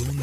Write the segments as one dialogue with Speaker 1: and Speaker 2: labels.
Speaker 1: Innovación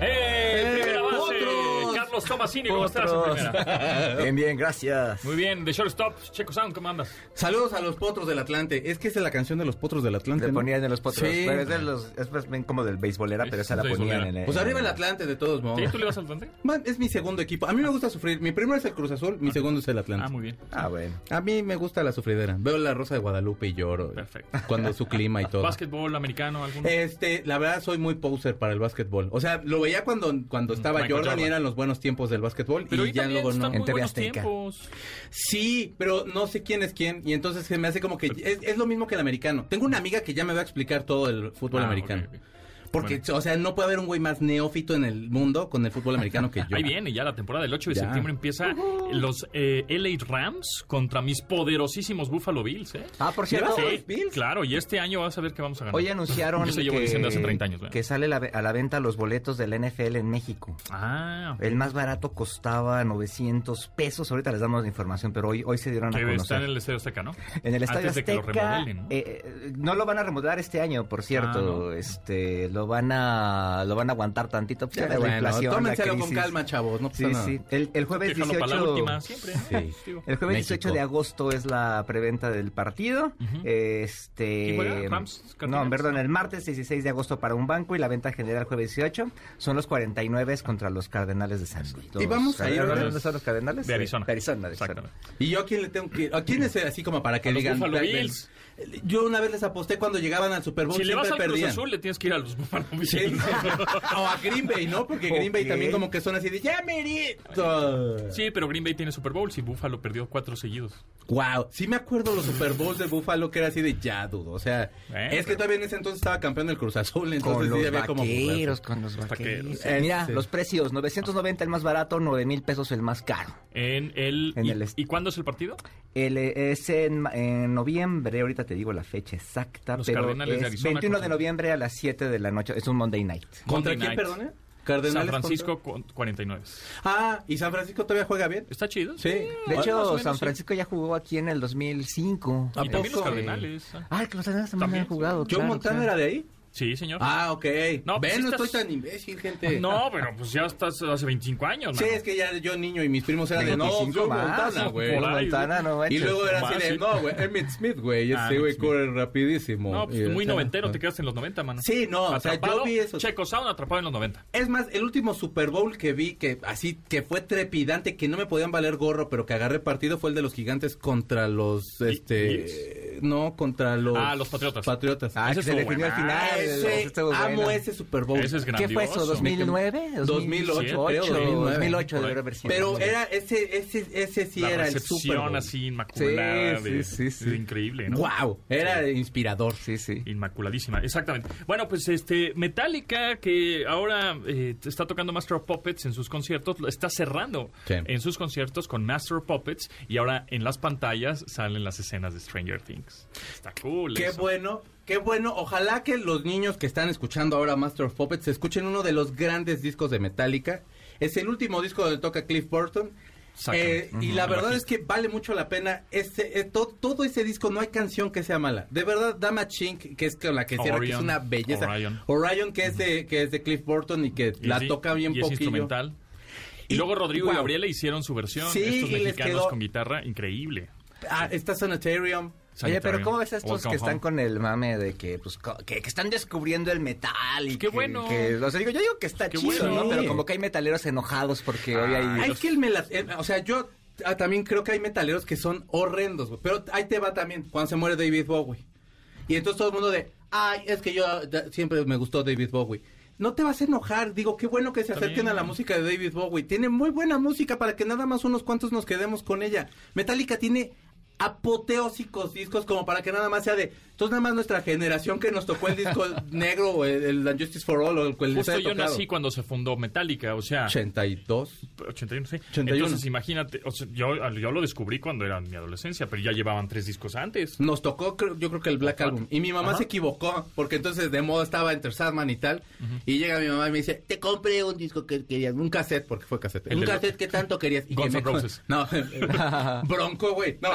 Speaker 2: ¡Eh! ¡Primera base!
Speaker 3: ¡Potros!
Speaker 2: Carlos Tomasini, ¿cómo estás en primera?
Speaker 4: Bien, bien, gracias.
Speaker 2: Muy bien, de shortstop, Checo Sound, ¿cómo andas?
Speaker 3: Saludos a los potros del Atlante. Es que esa es la canción de los potros del Atlante.
Speaker 4: Le
Speaker 3: ¿no?
Speaker 4: ponían en los potros.
Speaker 3: Sí.
Speaker 4: Pero es, de los, es más bien como del beisbolera,
Speaker 2: Sí,
Speaker 4: pero esa la ponían
Speaker 2: beisbolera.
Speaker 4: en el.
Speaker 3: Pues arriba el Atlante, de todos modos.
Speaker 2: ¿Sí? ¿Tú le vas al Atlante?
Speaker 3: Man, es mi segundo equipo. A mí me gusta sufrir. Mi primero es el Cruz Azul, mi segundo es el Atlante.
Speaker 2: Ah, muy bien.
Speaker 4: Ah, bueno.
Speaker 3: A mí me gusta la sufridera. Veo la Rosa de Guadalupe y lloro.
Speaker 2: Perfecto.
Speaker 3: Cuando es su clima y todo.
Speaker 2: ¿Básquetbol americano, alguno?
Speaker 3: Este, la verdad soy muy poser para el básquetbol. O sea, lo veía cuando, cuando estaba
Speaker 2: Mm, Michael
Speaker 3: Jordan, y
Speaker 2: Jordan.
Speaker 3: eran los buenos tiempos del básquetbol
Speaker 2: Pero
Speaker 3: y
Speaker 2: hoy
Speaker 3: ya
Speaker 2: también
Speaker 3: luego no.
Speaker 2: están muy
Speaker 4: en TV
Speaker 2: buenos
Speaker 4: Azteca.
Speaker 2: tiempos.
Speaker 3: Sí, pero no sé quién es quién y entonces se me hace como que es, es lo mismo que el americano. Tengo una amiga que ya me va a explicar todo el fútbol
Speaker 2: Ah,
Speaker 3: americano.
Speaker 2: ok, ok.
Speaker 3: Porque, o sea, no puede haber un güey más neófito en el mundo con el fútbol americano que yo.
Speaker 2: Ahí viene ya la temporada del 8 de
Speaker 3: Ya.
Speaker 2: septiembre empieza los eh, LA Rams contra mis poderosísimo Buffalo Bills, ¿eh?
Speaker 4: Ah, por
Speaker 3: cierto,
Speaker 4: cierto.
Speaker 3: ¿Le vas a los Bills?
Speaker 2: claro, y este año vas a ver que vamos a ganar.
Speaker 4: Hoy anunciaron
Speaker 2: Yo se llevo diciendo hace 30 años, ¿verdad?
Speaker 4: que sale la- a la venta los boletos del NFL en México.
Speaker 2: Ah,
Speaker 4: El más barato costaba 900 pesos. Ahorita les damos la información, pero hoy, hoy se dieron a
Speaker 2: que está en
Speaker 4: conocer.
Speaker 2: el Estadio Azteca, ¿no?
Speaker 4: En el Estadio
Speaker 2: Antes de que lo
Speaker 4: Azteca,
Speaker 2: remodelen, ¿no?
Speaker 4: eh, eh, no lo van a remodelar este año, por cierto.
Speaker 2: Ah, no.
Speaker 4: Este, lo van a, lo van a aguantar tantito. pues, ya
Speaker 3: Pero
Speaker 4: ves la
Speaker 3: bueno,
Speaker 4: inflación, la
Speaker 3: tómenselo con
Speaker 4: crisis.
Speaker 3: calma, chavos. No pasa
Speaker 4: Sí,
Speaker 3: nada.
Speaker 4: sí. El, el jueves
Speaker 2: Déjalo
Speaker 4: 18
Speaker 2: para la última siempre. ¿no?
Speaker 3: Sí.
Speaker 2: Digo.
Speaker 4: El jueves 18
Speaker 3: México.
Speaker 4: de agosto es la preventa del partido.
Speaker 2: Ujú.
Speaker 4: Este.
Speaker 2: ¿Quién juega? ¿Rams?
Speaker 4: No,
Speaker 2: ¿Cardinals?
Speaker 4: perdón, el martes 16 de agosto para un banco y la venta general jueves 18 son los 49 contra los Cardenales de San Luis.
Speaker 3: Y vamos a ir,
Speaker 4: Los-
Speaker 3: ¿verdad?
Speaker 4: ¿Dónde son los Cardenales?
Speaker 2: De Arizona.
Speaker 4: De Arizona, de Arizona.
Speaker 2: Exactamente.
Speaker 3: ¿Y yo a quién le tengo que.? ¿A quién es así como para que
Speaker 2: A los
Speaker 3: digan?
Speaker 2: Buffalo
Speaker 3: "Tal
Speaker 2: Bills".
Speaker 3: vez"? Yo una vez les aposté cuando llegaban al Super Bowl.
Speaker 2: Si le vas
Speaker 3: siempre
Speaker 2: al Cruz
Speaker 3: perdían.
Speaker 2: Azul, le tienes que ir a los Buffalo Bills.
Speaker 3: Sí. o a Green Bay, ¿no? Porque Green Bay
Speaker 4: Ok.
Speaker 3: también como que son así de ¡Ya merito!
Speaker 2: Sí, pero Green Bay tiene Super Bowl y Buffalo perdió cuatro seguidos.
Speaker 3: Wow, sí me acuerdo los Super Bowls de Buffalo que era así de ya dudo, o sea,
Speaker 2: Bueno,
Speaker 3: es que
Speaker 2: pero-
Speaker 3: todavía en ese entonces estaba campeón del Cruz Azul,
Speaker 4: Con
Speaker 3: entonces
Speaker 4: los
Speaker 3: sí había como
Speaker 4: vaqueros, con los
Speaker 2: vaqueros.
Speaker 4: vaqueros.
Speaker 3: pues. Eh,
Speaker 4: Mira,
Speaker 3: sí.
Speaker 4: los precios, 990 el más barato, 9 mil pesos el más caro.
Speaker 2: En el,
Speaker 4: En
Speaker 2: y,
Speaker 4: el este.
Speaker 2: ¿y cuándo es el partido?
Speaker 4: El, eh, es en, ma- en noviembre, ahorita te digo la fecha exacta,
Speaker 2: Los
Speaker 4: pero
Speaker 2: Cardenales de
Speaker 4: es
Speaker 2: Arizona
Speaker 4: 21
Speaker 2: contra-
Speaker 4: de noviembre a las 7 de la noche, es un Monday Night.
Speaker 3: ¿Contra
Speaker 2: Monday
Speaker 3: quién,
Speaker 2: Night.
Speaker 3: perdone? Cardenales
Speaker 2: San
Speaker 3: contra-
Speaker 2: Francisco cu- 49.
Speaker 3: Ah, ¿y San Francisco todavía juega bien?
Speaker 2: ¿Está chido?
Speaker 3: Sí.
Speaker 4: De
Speaker 3: Ah,
Speaker 2: más o
Speaker 4: hecho,
Speaker 2: menos,
Speaker 4: San
Speaker 2: sí.
Speaker 4: Francisco ya jugó aquí en el 2005.
Speaker 2: Y también los
Speaker 3: poco?
Speaker 2: Cardenales. ah.
Speaker 4: Ah, que los Cardenales también,
Speaker 2: También,
Speaker 4: han jugado.
Speaker 3: ¿Joe
Speaker 4: claro,
Speaker 3: Montana
Speaker 4: claro.
Speaker 3: era de ahí?
Speaker 2: Sí, señor.
Speaker 3: Ah, ok.
Speaker 2: No,
Speaker 3: No,
Speaker 2: pues
Speaker 3: Ven, no
Speaker 2: estás-
Speaker 3: estoy tan imbécil, gente.
Speaker 2: No, pues, pero pues ya estás hace 25 años,
Speaker 3: Sí,
Speaker 2: mano.
Speaker 3: es que ya yo niño y mis primos eran de no,
Speaker 4: 25
Speaker 3: Joe
Speaker 4: más,
Speaker 3: Montana,
Speaker 4: Joe
Speaker 3: güey.
Speaker 2: Por ahí,
Speaker 4: Montana, no
Speaker 3: Y
Speaker 4: manches.
Speaker 3: luego era
Speaker 2: Más,
Speaker 3: así de,
Speaker 2: sí.
Speaker 3: no, güey, Emmett Smith, güey,
Speaker 2: Ah,
Speaker 3: ese güey
Speaker 2: Emmitt Smith.
Speaker 3: corre rapidísimo.
Speaker 2: No, pues
Speaker 3: Y-
Speaker 2: muy noventero,
Speaker 3: Ah.
Speaker 2: te quedaste en los 90, mano.
Speaker 3: Sí, no, o sea,
Speaker 2: Atrapado,
Speaker 3: yo vi eso.
Speaker 2: Checo Sound atrapado en los 90.
Speaker 3: Es más, el último Super Bowl que vi, que así, que fue trepidante, que no me podían valer gorro, pero que agarré partido, fue el de los gigantes contra los, este, no, contra los...
Speaker 2: Ah, los Patriotas.
Speaker 3: Patriotas.
Speaker 4: Ah,
Speaker 2: Ese
Speaker 4: que se
Speaker 2: estuvo
Speaker 4: definió al
Speaker 2: bueno. Ah,
Speaker 4: final.
Speaker 3: ese,
Speaker 4: estuvo
Speaker 3: amo
Speaker 4: bueno.
Speaker 3: ese Super Bowl.
Speaker 2: Ese es
Speaker 4: ¿Qué fue eso?
Speaker 2: grandioso.
Speaker 3: 2008,
Speaker 4: ¿2009? 2008,
Speaker 3: creo,
Speaker 4: 2008
Speaker 2: por ahí.
Speaker 4: debería haber sido.
Speaker 3: Pero era, ese, ese, ese sí
Speaker 2: La
Speaker 3: era el
Speaker 2: recepción
Speaker 3: Super Bowl.
Speaker 2: así inmaculada.
Speaker 4: Sí,
Speaker 2: de-
Speaker 4: sí, sí, sí.
Speaker 2: de increíble, ¿no?
Speaker 3: Wow, era inspirador.
Speaker 4: Sí, sí.
Speaker 2: Inmaculadísima, exactamente. Bueno, pues este Metallica, que ahora eh, está tocando Master of Puppets en sus conciertos, lo está cerrando
Speaker 3: Sí.
Speaker 2: en sus conciertos con Master of Puppets y ahora en las pantallas salen las escenas de Stranger Things. Está cool.
Speaker 3: Qué
Speaker 2: eso.
Speaker 3: bueno, qué bueno. Ojalá que los niños que están escuchando ahora Master of Puppets escuchen uno de los grandes discos de Metallica. Es el último disco donde toca Cliff Burton.
Speaker 2: Exactamente.
Speaker 3: Eh, y la
Speaker 2: Ujú.
Speaker 3: verdad es que vale mucho la pena. Este, eh, to- todo ese disco, no hay canción que sea mala. De verdad, Dama Chink, que es con la que cierra, que es
Speaker 2: Orion,
Speaker 3: una belleza.
Speaker 2: Orion.
Speaker 3: que es de, que es de Cliff Burton y que
Speaker 2: Y
Speaker 3: la
Speaker 2: sí,
Speaker 3: toca bien
Speaker 2: y es
Speaker 3: poquillo.
Speaker 2: instrumental. Y,
Speaker 3: Y-
Speaker 2: luego Rodrigo y
Speaker 3: wow.
Speaker 2: Gabriela hicieron su versión.
Speaker 3: Sí,
Speaker 2: estos
Speaker 3: y les
Speaker 2: mexicanos
Speaker 3: quedó-
Speaker 2: con guitarra, increíble.
Speaker 3: Ah, está Sanitarium.
Speaker 4: Oye, pero
Speaker 2: Sanitarium,
Speaker 4: ¿cómo ves a estos
Speaker 2: Welcome
Speaker 4: que están
Speaker 2: Home.
Speaker 4: con el mame de que, pues, co- que, que están descubriendo el metal? Y
Speaker 2: Qué
Speaker 4: que-
Speaker 2: bueno.
Speaker 4: que- o sea, digo, yo digo que está
Speaker 2: Qué
Speaker 4: chido,
Speaker 2: bueno.
Speaker 4: ¿no? Pero como que hay metaleros enojados porque hoy
Speaker 2: Ay,
Speaker 4: hay...
Speaker 3: Ay,
Speaker 2: los-
Speaker 3: que el mela- eh, O sea, yo ah, también creo que hay metaleros que son horrendos, güey. Pero ahí te va también, cuando se muere David Bowie. Y entonces todo el mundo de, ay, es que yo da- siempre me gustó David Bowie. No te vas a enojar, digo, qué bueno que se
Speaker 2: Está
Speaker 3: acerquen
Speaker 2: bien.
Speaker 3: a la música de David Bowie. Tiene muy buena música para que nada más unos cuantos nos quedemos con ella. Metallica tiene apoteósicos discos como para que nada más sea de, Entonces nada más nuestra generación que nos tocó el disco negro o el, el Justice for All o el cual les
Speaker 2: Justo
Speaker 3: haya
Speaker 2: yo
Speaker 3: tocado.
Speaker 2: nací cuando se fundó Metallica, o sea...
Speaker 3: 82.
Speaker 2: 81, sí.
Speaker 3: 81.
Speaker 2: Entonces, imagínate, o sea, yo, yo lo descubrí cuando era mi adolescencia, pero ya llevaban tres discos antes.
Speaker 3: Nos tocó, creo- yo creo que el Black Album. Y mi mamá
Speaker 2: Ajá.
Speaker 3: se equivocó, porque entonces de moda estaba Enter Sandman y tal. Y llega mi mamá y me dice, te compré un disco que querías, un cassette, porque fue cassette.
Speaker 2: El
Speaker 3: un
Speaker 2: de-
Speaker 3: cassette que tanto querías. Y
Speaker 2: Guns
Speaker 3: que
Speaker 2: N'
Speaker 3: me-
Speaker 2: Roses.
Speaker 3: No, Bronco, güey. No.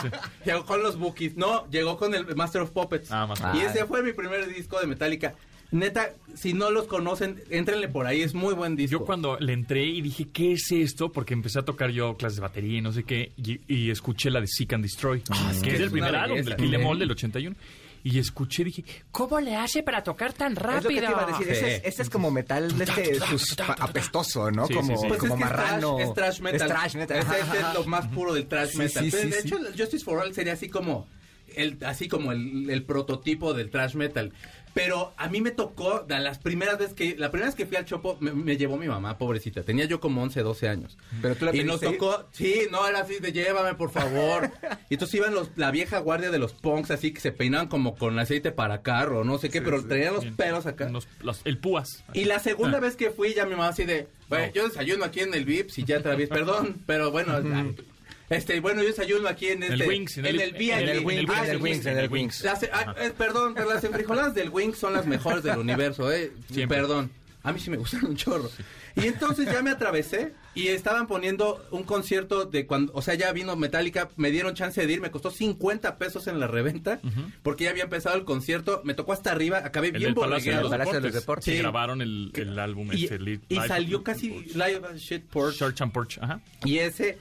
Speaker 3: llegó con los Bookies. No, llegó con el Master of Puppets.
Speaker 2: Ah, Master
Speaker 4: of
Speaker 3: y
Speaker 4: Puppets.
Speaker 3: ese fue mi primer disco de Metallica. Neta, si no los conocen, éntrenle por ahí, es muy buen disco.
Speaker 2: Yo cuando le entré y dije, ¿qué es esto? Porque empecé a tocar yo clases de batería y no sé qué, y, y escuché la de Seek and Destroy, que
Speaker 3: que
Speaker 2: es
Speaker 3: es
Speaker 2: del
Speaker 3: una
Speaker 2: primer álbum,
Speaker 3: belleza.
Speaker 2: del Kill Em
Speaker 3: Sí.
Speaker 2: All del 81. Y escuché y dije, ¿cómo le hace para tocar tan
Speaker 4: Es lo
Speaker 2: rápido?
Speaker 4: que te iba a decir. Ese, es,
Speaker 3: Sí.
Speaker 4: ese es como metal de este, sus- pa- apestoso, ¿no?
Speaker 2: Sí, sí,
Speaker 4: como
Speaker 2: sí.
Speaker 3: Pues
Speaker 4: como
Speaker 3: es que es trash,
Speaker 4: marrano.
Speaker 3: Es trash metal.
Speaker 4: Es trash metal.
Speaker 3: Ese- ese es lo más puro del trash
Speaker 4: Sí,
Speaker 3: metal.
Speaker 4: sí,
Speaker 3: Pero
Speaker 4: sí,
Speaker 3: de
Speaker 4: sí.
Speaker 3: hecho, el Justice for All sería así como el, así como el, el prototipo del trash metal. Pero a mí me tocó, da- las primeras veces que, la primera vez que fui al Chopo, me, me llevó mi mamá, pobrecita. Tenía yo como 11, 12 años.
Speaker 4: Pero tú la
Speaker 3: Y nos
Speaker 4: pediste ir.
Speaker 3: tocó, sí, no, era así de llévame, por favor. Y entonces iban los, la vieja guardia de los punks, así que se peinaban como con aceite para carro, no sé qué, pero traían los pelos acá.
Speaker 2: Unos- los- el púas.
Speaker 3: Y la segunda vez que fui, ya mi mamá así de, "Güey,
Speaker 2: No.
Speaker 3: yo desayuno aquí en el Vips y ya vez, perdón, pero bueno, ya. este, bueno, yo desayuno aquí en
Speaker 2: En
Speaker 3: este,
Speaker 2: el Wings,
Speaker 3: en el VIP.
Speaker 4: en el Wings,
Speaker 3: Ah,
Speaker 4: en el Wings, en el Wings.
Speaker 3: las- ah, eh, perdón, pero las enfrijoladas del Wings son las mejores del universo, eh,
Speaker 2: Siempre.
Speaker 3: perdón. A mí sí me gustan un chorro. Y entonces ya me atravesé y estaban poniendo un concierto de cuando, o sea, ya vino Metallica, me dieron chance de ir, me costó 50 pesos en la reventa, porque ya había empezado el concierto, me tocó hasta arriba, acabé
Speaker 2: El
Speaker 3: bien
Speaker 2: del Palacio de
Speaker 3: borregueado.
Speaker 2: los
Speaker 4: El Palacio de los
Speaker 2: Deportes. Que
Speaker 3: Deportes. Sí.
Speaker 2: grabaron el, el álbum
Speaker 3: Y,
Speaker 2: este, Live-
Speaker 3: y
Speaker 2: Live-
Speaker 3: salió casi live as shit porch.
Speaker 2: Church and Porch, ajá.
Speaker 3: Y ese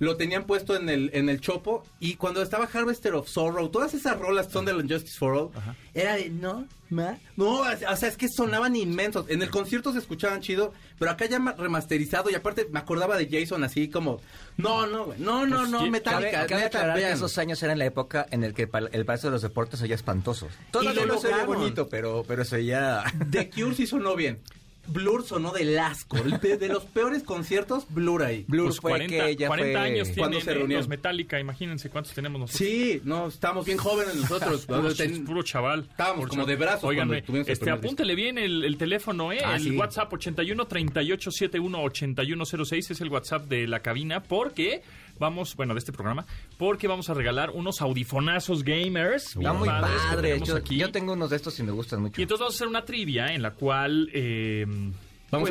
Speaker 3: lo tenían puesto en el, en el chopo. Y cuando estaba Harvester of Sorrow, todas esas rolas son de Justice for All. Era de no, ma. No, o sea, es que sonaban inmensos. En el concierto se escuchaban chido, pero acá ya ma- remasterizado. Y aparte me acordaba de Jason así como, no, no, güey, no, no,
Speaker 2: Pues, ¿quién-
Speaker 3: no,
Speaker 4: Cabe,
Speaker 3: Metallica.
Speaker 4: cabe
Speaker 3: neta,
Speaker 4: aclarar que
Speaker 3: vean.
Speaker 4: esos años eran la época en la que pal- el Palacio de los Deportes oía espantoso. Todavía
Speaker 3: lo
Speaker 4: no se oía
Speaker 3: lograron.
Speaker 4: bonito, pero, pero se oía... Pues
Speaker 3: The Cure sí sonó bien. Blur sonó del asco. El pe- De los peores conciertos, Blur ahí.
Speaker 4: Blur
Speaker 2: Pues
Speaker 4: fue
Speaker 2: 40,
Speaker 4: que ya
Speaker 2: 40
Speaker 4: fue...
Speaker 2: años
Speaker 3: ¿Cuándo
Speaker 2: tienen
Speaker 3: se reunieron?
Speaker 2: los Metallica, imagínense cuántos tenemos nosotros.
Speaker 3: Sí, no, estamos bien jóvenes nosotros.
Speaker 2: Puro,
Speaker 3: Ten-
Speaker 2: puro chaval.
Speaker 3: Estábamos
Speaker 2: Puro
Speaker 3: como
Speaker 2: chaval.
Speaker 3: de brazos cuando
Speaker 2: Óiganme,
Speaker 3: tuvimos el
Speaker 2: este,
Speaker 3: primer
Speaker 2: apúntele bien el, el teléfono, ¿eh?
Speaker 3: Ah,
Speaker 2: el
Speaker 3: sí.
Speaker 2: WhatsApp 81 38 71 8106 es el WhatsApp de la cabina porque vamos, bueno, de este programa, porque vamos a regalar unos audifonazos gamers.
Speaker 4: Está
Speaker 2: bien
Speaker 4: muy
Speaker 2: padres que
Speaker 4: padre.
Speaker 2: tenemos
Speaker 4: Yo,
Speaker 2: aquí.
Speaker 4: yo tengo unos de estos y me gustan mucho.
Speaker 2: Y entonces vamos a hacer una trivia en la cual... eh,
Speaker 3: Vamos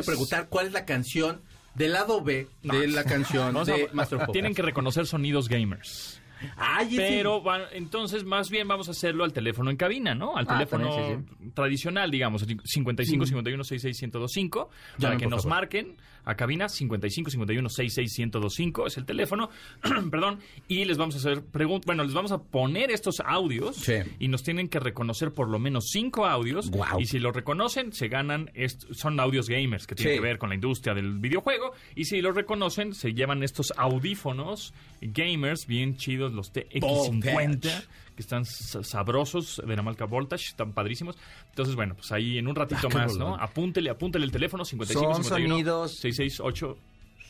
Speaker 2: pues,
Speaker 3: a preguntar cuál es la canción del lado B
Speaker 2: No.
Speaker 3: de la canción
Speaker 2: vamos a-
Speaker 3: de Master of Puppets.
Speaker 2: tienen que reconocer sonidos gamers.
Speaker 3: Ay, ese-
Speaker 2: Pero van- entonces más bien vamos a hacerlo al teléfono en cabina, ¿no? Al
Speaker 4: Ah,
Speaker 2: teléfono
Speaker 4: también,
Speaker 2: tradicional, digamos, el 55 51 66 1025, para
Speaker 3: Llamen,
Speaker 2: que
Speaker 3: por
Speaker 2: nos
Speaker 3: favor.
Speaker 2: marquen a cabina 55 51 66 1025 es el teléfono, perdón, y les vamos a hacer preguntas, bueno, les vamos a poner estos audios
Speaker 3: Sí.
Speaker 2: y nos tienen que reconocer por lo menos cinco audios
Speaker 4: Guau.
Speaker 2: y si lo reconocen se ganan est- son audios gamers que tienen
Speaker 3: Sí.
Speaker 2: que ver con la industria del videojuego y si los reconocen se llevan estos audífonos gamers bien chidos los TX X50,
Speaker 3: Voltage.
Speaker 2: que están sa- sabrosos de la marca Voltage, están padrísimos. Entonces, bueno, pues ahí en un ratito
Speaker 3: Ah, qué
Speaker 2: más, ¿no?
Speaker 3: rolón.
Speaker 2: Apúntele, apúntele el teléfono 55
Speaker 4: Son
Speaker 2: 51
Speaker 4: sonidos.
Speaker 2: 668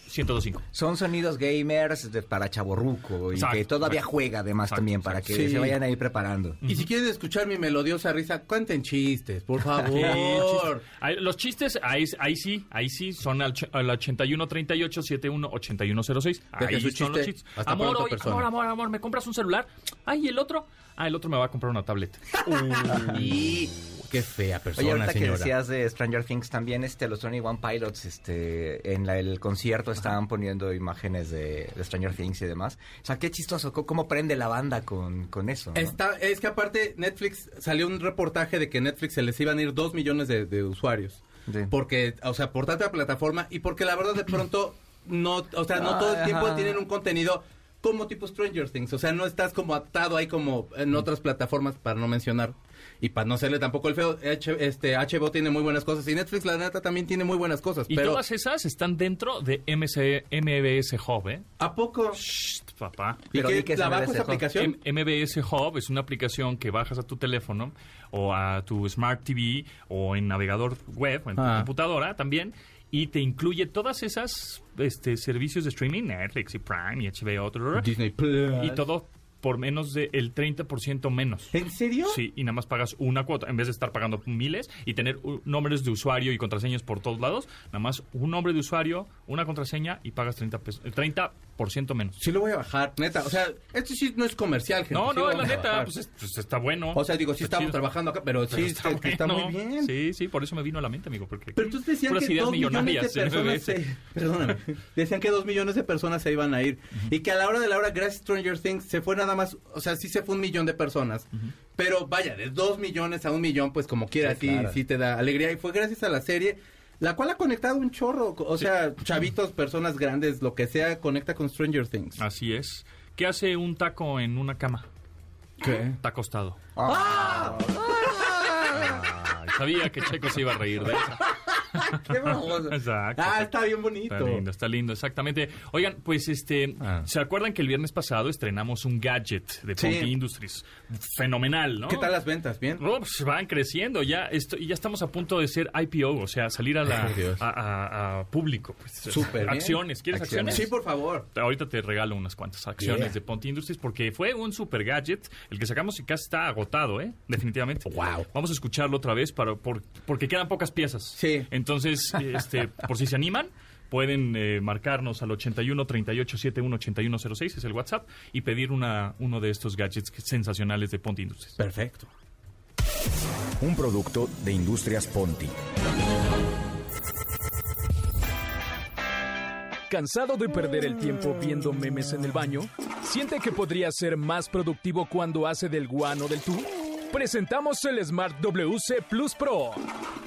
Speaker 2: 1025.
Speaker 4: Son sonidos gamers de- para chaborruco y
Speaker 2: Exacto,
Speaker 4: que todavía
Speaker 2: exacto.
Speaker 4: juega además
Speaker 2: Exacto, Mm.
Speaker 4: también para
Speaker 3: exacto.
Speaker 4: que
Speaker 3: Sí.
Speaker 4: se vayan a ir preparando.
Speaker 3: Y si quieren escuchar mi melodiosa risa, cuenten chistes, por
Speaker 2: Sí,
Speaker 3: favor.
Speaker 2: chistes. Ahí- Los chistes, ahí, ahí sí, ahí sí, son al, ch- al 81 38 71 81 06. Ahí
Speaker 3: Deje su
Speaker 2: son los
Speaker 3: chiste
Speaker 2: chistes.
Speaker 3: hasta para
Speaker 2: Amor,
Speaker 3: otra
Speaker 2: hoy-
Speaker 3: persona.
Speaker 2: amor, amor, amor, ¿me compras un celular? Ay, ¿y el otro? Ah, el otro me va a comprar una tableta.
Speaker 3: y qué fea
Speaker 2: Pues
Speaker 3: persona,
Speaker 4: Oye, ahorita
Speaker 3: señora.
Speaker 4: que decías de Stranger Things también, este, los 21 Pilots, este, en la- el concierto estaban poniendo imágenes de, de Stranger Things y demás. O sea, qué chistoso, co- cómo prende la banda con, con eso. ¿no?
Speaker 3: Está- es que aparte Netflix salió un reportaje de que Netflix se les iban a ir dos millones de, de usuarios.
Speaker 4: Sí.
Speaker 3: Porque, o sea, por tanta plataforma y porque la verdad de pronto no, o sea, no todo el tiempo
Speaker 4: Ah, Ajá.
Speaker 3: tienen un contenido como tipo Stranger Things. O sea, no estás como atado ahí como
Speaker 4: Mm.
Speaker 3: en otras plataformas para no mencionar. Y para no serle tampoco el feo, H- este, HBO tiene muy buenas cosas y Netflix, la neta, también tiene muy buenas cosas.
Speaker 2: Y
Speaker 3: pero,
Speaker 2: todas esas están dentro de MC, MBS Hub, ¿eh?
Speaker 3: ¿a poco?
Speaker 2: Psst, papá.
Speaker 4: Pero
Speaker 3: ¿Y
Speaker 4: di que
Speaker 3: qué?
Speaker 4: se
Speaker 3: ¿La
Speaker 4: Em, me
Speaker 3: bajo esa
Speaker 4: dejó.
Speaker 3: aplicación?
Speaker 2: Em, M- MBS Hub es una aplicación que bajas a tu teléfono o a tu Smart TV o en navegador web o en tu
Speaker 3: Ah.
Speaker 2: computadora también y te incluye todas esas este, servicios de streaming, Netflix y Prime y HBO, tra, tra, tra,
Speaker 3: Disney Plus.
Speaker 2: y todo por menos del 30% menos.
Speaker 3: ¿En serio?
Speaker 2: Sí, y nada más pagas una cuota. En vez de estar pagando miles y tener uh, nombres de usuario y contraseñas por todos lados, nada más un nombre de usuario, una contraseña y pagas 30%, pesos- eh, 30 menos.
Speaker 3: Sí lo voy a bajar, neta. O sea, esto sí no es comercial, gente.
Speaker 2: No,
Speaker 3: Sí
Speaker 2: no,
Speaker 3: lo
Speaker 2: es la
Speaker 3: vamos a
Speaker 2: neta,
Speaker 3: bajar.
Speaker 2: pues, es- pues está bueno.
Speaker 3: o sea, digo,
Speaker 2: Está
Speaker 3: sí estamos
Speaker 2: chido.
Speaker 3: trabajando acá, pero sí,
Speaker 2: Pero
Speaker 3: está, está
Speaker 2: bueno.
Speaker 3: muy bien.
Speaker 2: Sí, sí, por eso me vino a la mente, amigo, porque
Speaker 3: Pero entonces decían
Speaker 2: puras
Speaker 3: que
Speaker 2: ideas
Speaker 3: dos millones
Speaker 2: millonarias ¿eh?
Speaker 3: de personas
Speaker 2: en
Speaker 3: se, perdóname, decían que dos millones de personas se iban a ir y que a la hora de la hora, gracias a Stranger Things, se fue nada más, o sea, sí se fue un millón de personas, pero vaya, de dos millones a un millón, pues como quiera, sí,
Speaker 4: claro.
Speaker 3: sí te da alegría y fue gracias a la serie. La cual ha conectado un chorro, o sea, chavitos, personas grandes, lo que sea, conecta con Stranger Things.
Speaker 2: Así es. ¿Qué hace un taco en una cama?
Speaker 3: ¿Qué?
Speaker 2: Está acostado.
Speaker 4: Ah.
Speaker 2: Sabía que Checo se iba a reír de eso.
Speaker 3: Qué baboso.
Speaker 2: Exacto.
Speaker 3: Ah, está bien bonito.
Speaker 2: Está lindo, está lindo, exactamente. Oigan, pues este,
Speaker 4: Ah.
Speaker 2: ¿se acuerdan que el viernes pasado estrenamos un gadget de
Speaker 3: Sí.
Speaker 2: Ponte Industries? Fenomenal, ¿no?
Speaker 3: ¿Qué tal las ventas? ¿Bien?
Speaker 2: No, pues, van creciendo, ya esto, y ya estamos a punto de ser IPO, o sea, salir a la
Speaker 3: Ay, Dios.
Speaker 2: a, a- a público. pues.
Speaker 3: Súper bien.
Speaker 2: Acciones, ¿quieres acciones?
Speaker 4: Acciones.
Speaker 3: Sí, por favor.
Speaker 2: Ahorita te regalo unas cuantas acciones
Speaker 4: Yeah.
Speaker 2: de Ponte Industries porque fue un super gadget. El que sacamos y casi está agotado, ¿eh? Definitivamente.
Speaker 4: Wow.
Speaker 2: Vamos a escucharlo otra vez para, por- porque quedan pocas piezas.
Speaker 3: Sí.
Speaker 2: Entonces, este, por si se animan, pueden eh, marcarnos al 81 38 71 81 06, es el WhatsApp, y pedir una, uno de estos gadgets que- sensacionales de Ponte Industries.
Speaker 3: Perfecto.
Speaker 5: Un producto de Industrias Ponti.
Speaker 6: ¿Cansado de perder el tiempo viendo memes en el baño? ¿Siente que podría ser más productivo cuando hace del guano del tú? Presentamos el Smart WC Plus Pro.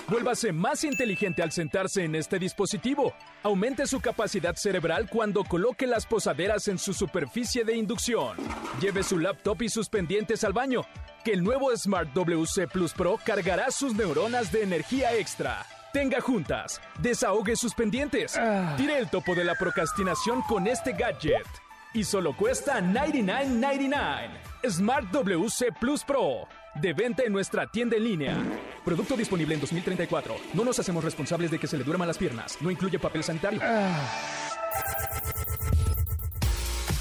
Speaker 6: Vuélvase más inteligente al sentarse en este dispositivo. Aumente su capacidad cerebral cuando coloque las posaderas en su superficie de inducción. Lleve su laptop y sus pendientes al baño, que el nuevo Smart WC Plus Pro cargará sus neuronas de energía extra. Tenga juntas, desahogue sus pendientes, tire el topo de la procrastinación con este gadget. Y solo cuesta $99.99. Smart WC Plus Pro. De venta en nuestra tienda en línea. Producto disponible en 2034. No nos hacemos responsables de que se le duerman las piernas. No incluye papel sanitario.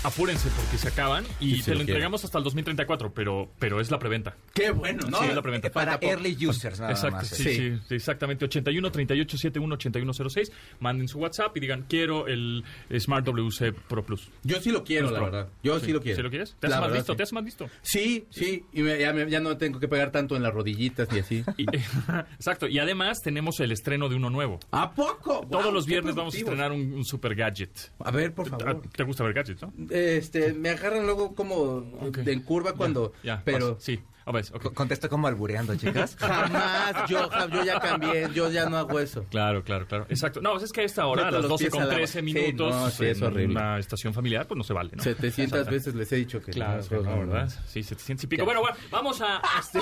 Speaker 2: Apúrense porque se acaban y
Speaker 3: Sí, sí,
Speaker 2: te lo
Speaker 3: lo quiero.
Speaker 2: entregamos hasta el 2034, pero, pero es la preventa.
Speaker 3: Qué bueno, ¿no?
Speaker 2: Sí, la preventa.
Speaker 4: Para
Speaker 3: Falta poco.
Speaker 4: early users nada
Speaker 2: Exacto,
Speaker 4: más.
Speaker 2: sí,
Speaker 4: eh.
Speaker 2: sí, sí, exactamente. 81 38 71 81 06. Manden su WhatsApp y digan, quiero el Smart WC Pro Plus.
Speaker 3: Yo sí lo quiero,
Speaker 2: Plus
Speaker 3: la
Speaker 2: Pro.
Speaker 3: verdad. Yo sí, lo quiero.
Speaker 2: ¿Sí lo quieres? Te haces
Speaker 3: La
Speaker 2: más
Speaker 3: verdad,
Speaker 2: listo,
Speaker 3: sí.
Speaker 2: te haces más listo.
Speaker 3: Sí, sí, y me- ya, me- ya no tengo que pegar tanto en las rodillitas y así.
Speaker 2: Y- exacto. Y además tenemos el estreno de uno nuevo.
Speaker 3: ¿A poco?
Speaker 2: Todos
Speaker 3: Guau,
Speaker 2: los
Speaker 3: qué
Speaker 2: viernes vamos a
Speaker 3: productivos.
Speaker 2: estrenar un, un super gadget.
Speaker 3: A ver, por favor.
Speaker 2: Ah, ¿Te gusta ver gadgets, no?
Speaker 3: Este, me agarran luego como de en curva cuando,
Speaker 2: Ya,
Speaker 3: pero
Speaker 2: vas. sí. A ver, ok.
Speaker 4: Co- Contesto como albureando, chicas.
Speaker 3: jamás yo, yo ya cambié, yo ya no hago eso.
Speaker 2: Claro, claro, claro. Exacto. No, pues es que a esta hora, a
Speaker 3: Meto
Speaker 2: las
Speaker 3: los
Speaker 2: 12
Speaker 3: pies
Speaker 2: con
Speaker 3: al agua.
Speaker 2: 13
Speaker 3: Sí,
Speaker 2: minutos,
Speaker 3: no, sí, es
Speaker 2: en
Speaker 3: horrible.
Speaker 2: una estación familiar, pues no se vale, ¿no?
Speaker 3: 700 veces les he dicho que
Speaker 2: Claro,
Speaker 3: no,
Speaker 2: que no,
Speaker 3: no,
Speaker 2: ¿verdad? Sí, 700 y pico. Bueno, bueno, vamos a... este,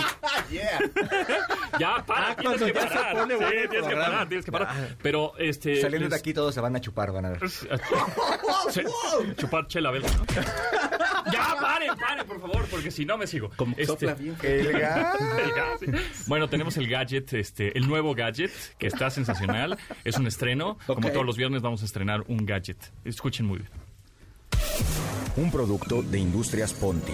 Speaker 2: ya, para,
Speaker 3: Ah,
Speaker 2: tienes
Speaker 3: cuando
Speaker 2: que
Speaker 3: ya se
Speaker 2: parar.
Speaker 3: pone
Speaker 2: Sí,
Speaker 3: bueno el
Speaker 2: tienes que
Speaker 3: programa.
Speaker 2: parar, tienes que parar. Pero, este...
Speaker 4: Saliendo de
Speaker 2: les-
Speaker 4: aquí todos se van a chupar, van a ver.
Speaker 2: Che- Chupar chela, ¿verdad? ¿no? ya, paren, paren, por favor, porque si no me sigo.
Speaker 3: Como
Speaker 2: Este,
Speaker 3: sopla bien.
Speaker 4: eh,
Speaker 2: el gas. Bueno, tenemos el gadget, este, el nuevo gadget, que está sensacional. Es un estreno. Como
Speaker 3: Ok.
Speaker 2: todos los viernes vamos a estrenar un gadget. Escuchen muy bien.
Speaker 5: Un producto de Industrias Ponti.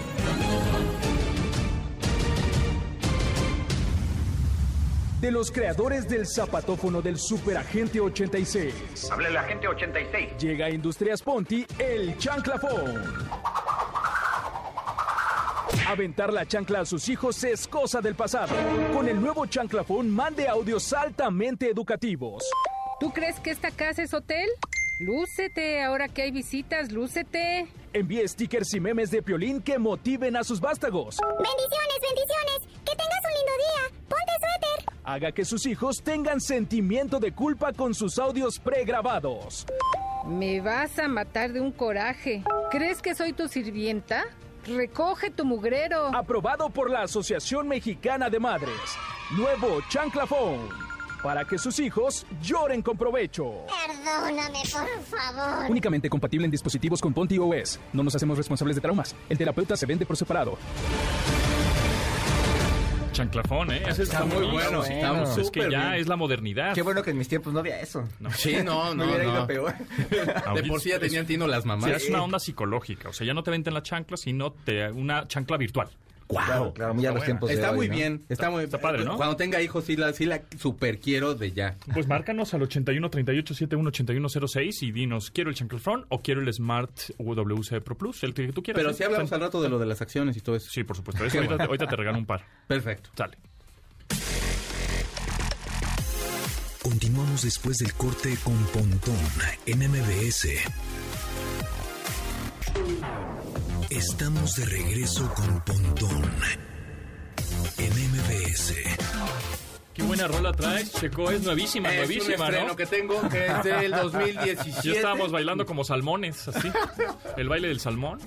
Speaker 6: De los creadores del zapatófono del Superagente 86.
Speaker 7: Hable la gente 86.
Speaker 6: Llega a Industrias Ponti el chanclafón. Aventar la chancla a sus hijos es cosa del pasado. Con el nuevo chanclafón, mande audios altamente educativos.
Speaker 8: ¿Tú crees que esta casa es hotel? Lúcete, ahora que hay visitas, lúcete.
Speaker 6: Envíe stickers y memes de piolín que motiven a sus vástagos.
Speaker 9: Bendiciones, bendiciones. Que tengas un lindo día. Ponte suéter.
Speaker 6: Haga que sus hijos tengan sentimiento de culpa con sus audios pregrabados.
Speaker 8: Me vas a matar de un coraje. ¿Crees que soy tu sirvienta? Recoge tu mugrero.
Speaker 6: Aprobado por la Asociación Mexicana de Madres. Nuevo chanclafón. Para que sus hijos lloren con provecho.
Speaker 9: Perdóname, por favor.
Speaker 6: Únicamente compatible en dispositivos con Ponti OS. No nos hacemos responsables de traumas. El terapeuta se vende por separado.
Speaker 2: chanclafón, ¿eh? Ese
Speaker 3: Está muy bueno, está
Speaker 2: Pues es que
Speaker 3: súper
Speaker 2: ya
Speaker 3: bien.
Speaker 2: es la modernidad.
Speaker 4: Qué bueno que en mis tiempos no había eso.
Speaker 3: Sí, no,
Speaker 4: Me
Speaker 3: no,
Speaker 4: hubiera
Speaker 3: no.
Speaker 4: ido peor.
Speaker 3: De por sí ya tenían tino las
Speaker 2: O sea,
Speaker 3: mamás.
Speaker 2: es una onda psicológica. O sea, ya no te venden la chancla, sino te, una chancla virtual.
Speaker 4: Claro, claro, muy a los tiempos de
Speaker 3: Está
Speaker 4: hoy,
Speaker 3: muy
Speaker 4: ¿no?
Speaker 3: bien, está muy eh,
Speaker 2: está padre, ¿no?
Speaker 3: Cuando tenga hijos sí la, sí la super quiero de ya.
Speaker 2: Pues márcanos al 81 38 71 81 06 y dinos, ¿quiero el chanclafón o quiero el Smart WC Pro Plus? El que tú quieras.
Speaker 3: Pero
Speaker 2: ¿eh?
Speaker 3: sí hablamos
Speaker 2: Están-
Speaker 3: al rato de lo de las acciones y todo eso.
Speaker 2: Sí, por supuesto. Eso ahorita, ahorita te regalo un par.
Speaker 3: Perfecto.
Speaker 2: Sale.
Speaker 1: Continuamos después del corte con Pontón en MBS. Estamos de regreso con Pontón en MBS.
Speaker 2: Qué buena rola traes, Checo. Es nuevísima,
Speaker 3: Es un
Speaker 2: nuevísima,
Speaker 3: estreno
Speaker 2: ¿no?
Speaker 3: que tengo que es del 2017.
Speaker 2: Ya estábamos bailando como salmones, así. El baile del salmón.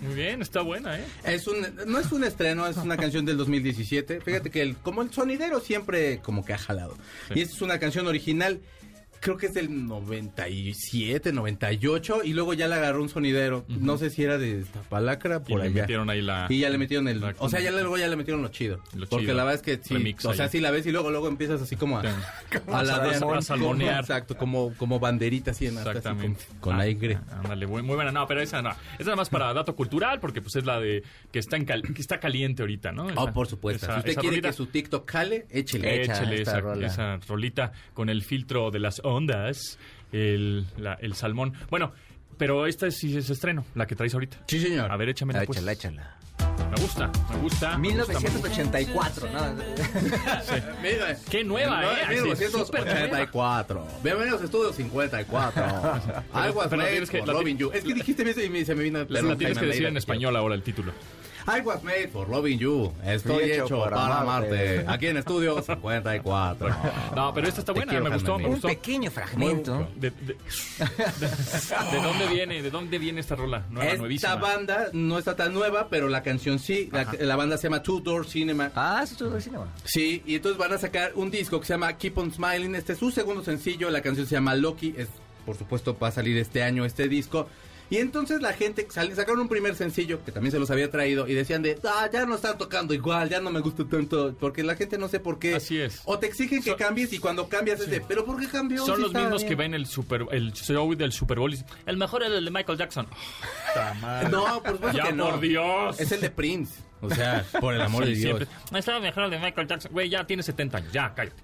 Speaker 2: Muy bien, está buena, ¿eh?
Speaker 3: Es un, no es un estreno, es una canción del 2017. Fíjate que el, como el sonidero siempre como que ha jalado.
Speaker 2: Sí.
Speaker 3: Y esta es una canción original, creo que es del 97, 98, y luego ya le agarró un sonidero. No sé si era de Tapalacra,
Speaker 2: Y
Speaker 3: por
Speaker 2: le
Speaker 3: allá.
Speaker 2: metieron ahí la-
Speaker 3: Y ya le metieron el...
Speaker 2: la-
Speaker 3: o sea, ya luego ya le metieron lo chido.
Speaker 2: Lo
Speaker 3: porque
Speaker 2: chido.
Speaker 3: la verdad es que sí.
Speaker 2: Remix
Speaker 3: o sea,
Speaker 2: ahí.
Speaker 3: sí la ves y luego luego empiezas así como a...
Speaker 2: Sí.
Speaker 3: a la
Speaker 2: A
Speaker 3: de-
Speaker 2: salmonear.
Speaker 3: Exacto, como, como banderita así en alta, así
Speaker 2: Exactamente.
Speaker 3: con, con
Speaker 2: Ah,
Speaker 3: aire.
Speaker 2: ah, Ándale, muy, muy buena. No, pero esa no. Esa es nada más para dato cultural, porque pues es la de que está, en cal- que está caliente ahorita, ¿no?
Speaker 3: Oh,
Speaker 2: Esa-
Speaker 3: por supuesto.
Speaker 2: Ah. esa-
Speaker 3: si usted
Speaker 2: esa
Speaker 3: quiere
Speaker 2: rolita.
Speaker 3: que su TikTok cale, échele.
Speaker 2: Échale
Speaker 4: esta
Speaker 2: esa,
Speaker 4: rola.
Speaker 2: esa rolita con el filtro de las ondas, el, la- el salmón. Bueno, pero esta sí es estreno, la que traes ahorita.
Speaker 3: Sí, señor.
Speaker 2: A ver, échame
Speaker 4: Ah,
Speaker 2: pues.
Speaker 4: Échala, échala.
Speaker 2: Me gusta, me gusta. me gusta mucho.
Speaker 4: 1984, ¿no?
Speaker 3: Mira,
Speaker 2: Qué nueva,
Speaker 3: no,
Speaker 2: ¿eh? Así,
Speaker 3: 1984. Bienvenidos a Estudio 54. Algo
Speaker 2: pero
Speaker 3: así.
Speaker 2: tienes que-
Speaker 3: Que,
Speaker 2: la
Speaker 3: Robin You. Es que dijiste eso y me- se me vino
Speaker 2: La, la tienes que decir en español ahora el título.
Speaker 3: I was made for loving you. Estoy
Speaker 4: Fui
Speaker 3: hecho,
Speaker 4: hecho para
Speaker 3: para amarte.
Speaker 4: amarte.
Speaker 3: Aquí en Estudio 54.
Speaker 2: No, pero esta está
Speaker 3: Te
Speaker 2: buena,
Speaker 3: quiero,
Speaker 2: me gustó,
Speaker 3: Carmen.
Speaker 2: me
Speaker 4: Un
Speaker 2: gustó.
Speaker 4: pequeño fragmento.
Speaker 2: De, de- de- ¿de dónde viene? ¿De dónde viene esta rola? Nueva,
Speaker 3: Esta
Speaker 2: nuevísima.
Speaker 3: banda no está tan nueva, pero la canción sí. La, la banda se llama Two Door Cinema.
Speaker 4: Ah, eso es de cinema.
Speaker 3: Sí, y entonces van a sacar un disco que se llama Keep on Smiling. Este es su segundo sencillo. La canción se llama Loki. Es, por supuesto, va a salir este año este disco. Y entonces la gente sal- sacaron un primer sencillo que también se los había traído y decían de, ah, ya no están tocando igual, ya no me gusta tanto, porque la gente no sé por qué.
Speaker 2: Así es.
Speaker 3: O te exigen que
Speaker 2: Son-
Speaker 3: cambies y cuando cambias es de, pero ¿por qué cambió?
Speaker 2: Son
Speaker 3: Si
Speaker 2: los
Speaker 3: estaba
Speaker 2: mismos que
Speaker 3: bien".
Speaker 2: ven el super el show del Super Bowl. y dicen, El mejor es el de Michael Jackson.
Speaker 3: Ah. No, por supuesto
Speaker 2: Ya,
Speaker 3: que no.
Speaker 2: por Dios.
Speaker 3: Es el de Prince. O sea, por el amor
Speaker 2: Sí,
Speaker 3: de Dios.
Speaker 2: siempre. Estaba mejor el de Michael Jackson. Güey, ya tiene 70 años. Ya, cállate.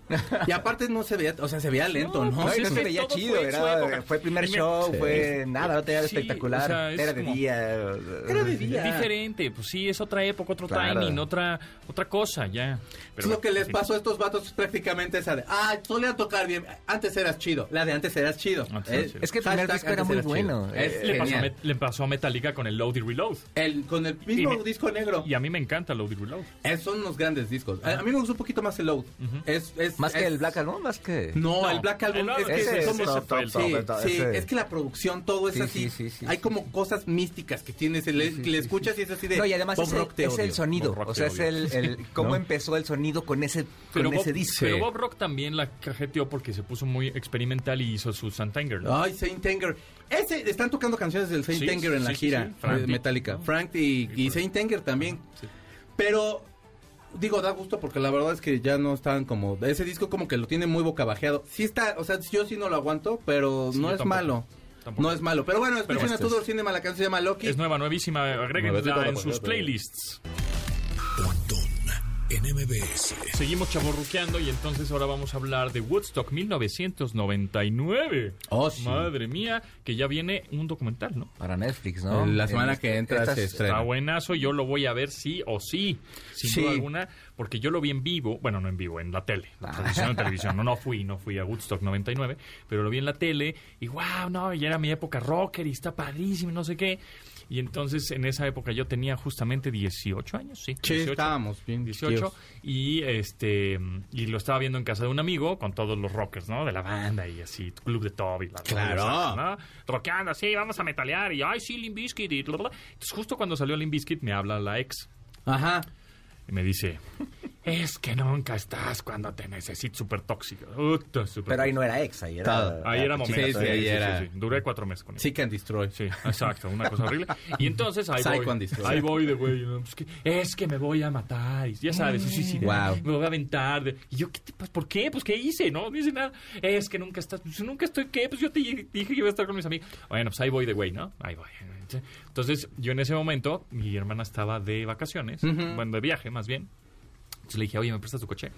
Speaker 3: Y aparte no se veía, o sea, se veía lento, ¿no?
Speaker 4: No,
Speaker 2: sí,
Speaker 4: y no
Speaker 2: sí,
Speaker 4: se veía
Speaker 2: todo
Speaker 4: chido,
Speaker 2: fue en su época.
Speaker 4: era, fue el primer
Speaker 2: Y me-
Speaker 4: show, fue nada, no tenía nada
Speaker 2: Sí,
Speaker 4: espectacular,
Speaker 2: o sea, es
Speaker 4: era de
Speaker 2: como-
Speaker 4: día.
Speaker 3: Era de día.
Speaker 2: Es diferente. Pues sí, es otra época, otro
Speaker 4: Claro.
Speaker 2: timing, otra, otra cosa. Ya.
Speaker 3: es lo
Speaker 2: bueno,
Speaker 3: que les
Speaker 2: sí.
Speaker 3: pasó a estos vatos prácticamente esa de, ah, solía tocar bien, antes eras chido, la de antes eras chido. Eh,
Speaker 2: Antes eras chido.
Speaker 4: Es que el primer disco era
Speaker 3: antes
Speaker 4: muy
Speaker 3: eras
Speaker 4: bueno.
Speaker 3: chido.
Speaker 4: Eh,
Speaker 3: Es
Speaker 2: Le pasó, a
Speaker 3: genial.
Speaker 2: Met- le pasó a Metallica con el Load y Reload.
Speaker 3: El- con el mismo
Speaker 2: Y me-
Speaker 3: disco negro.
Speaker 2: Y a mí me encanta Load y Reload.
Speaker 3: Es- son unos grandes discos. A, a mí me gustó un poquito más el Load. es, es-
Speaker 4: Más que
Speaker 3: es-
Speaker 4: el Black Album, más que...
Speaker 3: No,
Speaker 2: No,
Speaker 3: el Black Album
Speaker 2: el
Speaker 3: es que
Speaker 2: ese es
Speaker 3: es como-
Speaker 2: top, top,
Speaker 3: Sí,
Speaker 4: top,
Speaker 3: sí,
Speaker 4: ese.
Speaker 3: es que la producción, todo es
Speaker 4: Sí,
Speaker 3: así.
Speaker 4: sí, sí, sí,
Speaker 3: Hay
Speaker 4: sí.
Speaker 3: como cosas místicas que tienes, le, que le escuchas y es así de...
Speaker 4: No, y además
Speaker 3: Bob
Speaker 4: es,
Speaker 3: Rock
Speaker 4: el,
Speaker 3: te
Speaker 4: es el
Speaker 3: odio.
Speaker 4: sonido,
Speaker 2: Bob Rock
Speaker 4: o sea,
Speaker 2: te
Speaker 4: es
Speaker 2: odio.
Speaker 4: el, el- cómo empezó el sonido con ese,
Speaker 2: Pero
Speaker 4: con
Speaker 2: Bob,
Speaker 4: ese disco.
Speaker 2: pero Bob Rock también la cajeteó porque se puso muy experimental y hizo su Santanger. ¿no?
Speaker 3: Ay, Saint Anger. Ese, están tocando canciones del Saint
Speaker 2: Sí,
Speaker 3: Anger en la
Speaker 2: sí, sí,
Speaker 3: gira
Speaker 2: sí. Frank
Speaker 3: de
Speaker 2: y-
Speaker 3: Metallica.
Speaker 2: ¿no?
Speaker 3: Frank y, y
Speaker 2: por-
Speaker 3: Saint Anger también.
Speaker 2: Sí.
Speaker 3: Pero, digo, da gusto porque la verdad es que ya no están como... Ese disco como que lo tiene muy boca bajeado. Sí está, o sea, yo sí no lo aguanto, pero
Speaker 2: Sí,
Speaker 3: no
Speaker 2: yo
Speaker 3: es
Speaker 2: tampoco.
Speaker 3: malo.
Speaker 2: Tampoco.
Speaker 3: No es malo. Pero bueno,
Speaker 2: Pero
Speaker 3: escuchen a
Speaker 2: este
Speaker 3: Tudor Cinema, la canción se llama Loki.
Speaker 2: Es nueva, nuevísima. Agréguenla
Speaker 3: Nuevecita,
Speaker 2: en
Speaker 3: pues,
Speaker 2: sus
Speaker 3: ya te-
Speaker 2: playlists.
Speaker 1: Pontón en MBS.
Speaker 2: Seguimos chaborruqueando y entonces ahora vamos a hablar de Woodstock 1999.
Speaker 3: Oh, sí.
Speaker 2: Madre mía, que ya viene un documental, ¿no?
Speaker 4: Para Netflix, ¿no?
Speaker 3: La semana
Speaker 4: En-
Speaker 3: que entra
Speaker 4: estas-
Speaker 3: se estrena.
Speaker 2: Está buenazo, yo lo voy a ver sí o sí, sin
Speaker 3: Sí.
Speaker 2: duda alguna, porque yo lo vi en vivo, bueno, no en vivo, en la tele,
Speaker 3: Ah.
Speaker 2: en televisión, en televisión, no, no fui, no fui a Woodstock 99, pero lo vi en la tele y wow, no, y era mi época rocker y está padrísimo, y no sé qué. Y entonces en esa época yo tenía justamente 18 años, sí.
Speaker 3: Sí, estábamos bien
Speaker 2: 18
Speaker 3: chiquitos.
Speaker 2: y este y lo estaba viendo en casa de un amigo con todos los rockers, ¿no? De la banda y así, Club de Toby, la
Speaker 3: Claro.
Speaker 2: ¿no? Rockeando, sí, vamos a metalear y ay, sí, Limp Bizkit y bla, bla, bla. Entonces, justo cuando salió Limp Bizkit me habla la ex
Speaker 3: Ajá.
Speaker 2: y me dice, Es que nunca estás cuando te necesito súper tóxico. Uta, súper
Speaker 4: Pero ahí no era ex, ahí era.
Speaker 3: Todo.
Speaker 2: Ahí era
Speaker 3: Sí,
Speaker 2: momento.
Speaker 3: sí, ahí era.
Speaker 2: Duré cuatro meses con él.
Speaker 3: Seek and Destroy.
Speaker 2: Sí, exacto, una cosa horrible. Y entonces ahí
Speaker 3: Psycho and
Speaker 2: voy.
Speaker 3: destroy.
Speaker 2: Ahí voy de güey. ¿no? Pues que, es que me voy a matar. Y ya sabes, sí, sí, sí.
Speaker 3: Wow.
Speaker 2: Me voy a aventar. de- y yo, ¿qué te pasa? ¿Por qué? Pues, ¿qué hice? No, no hice nada. Es que nunca estás. Pues, nunca estoy. ¿Qué? Pues yo te dije que iba a estar con mis amigos. Bueno, pues ahí voy de güey, ¿no? Ahí voy. Entonces, yo en ese momento, mi hermana estaba de vacaciones, bueno, de viaje más bien. Entonces le dije, oye, ¿me prestas tu coche?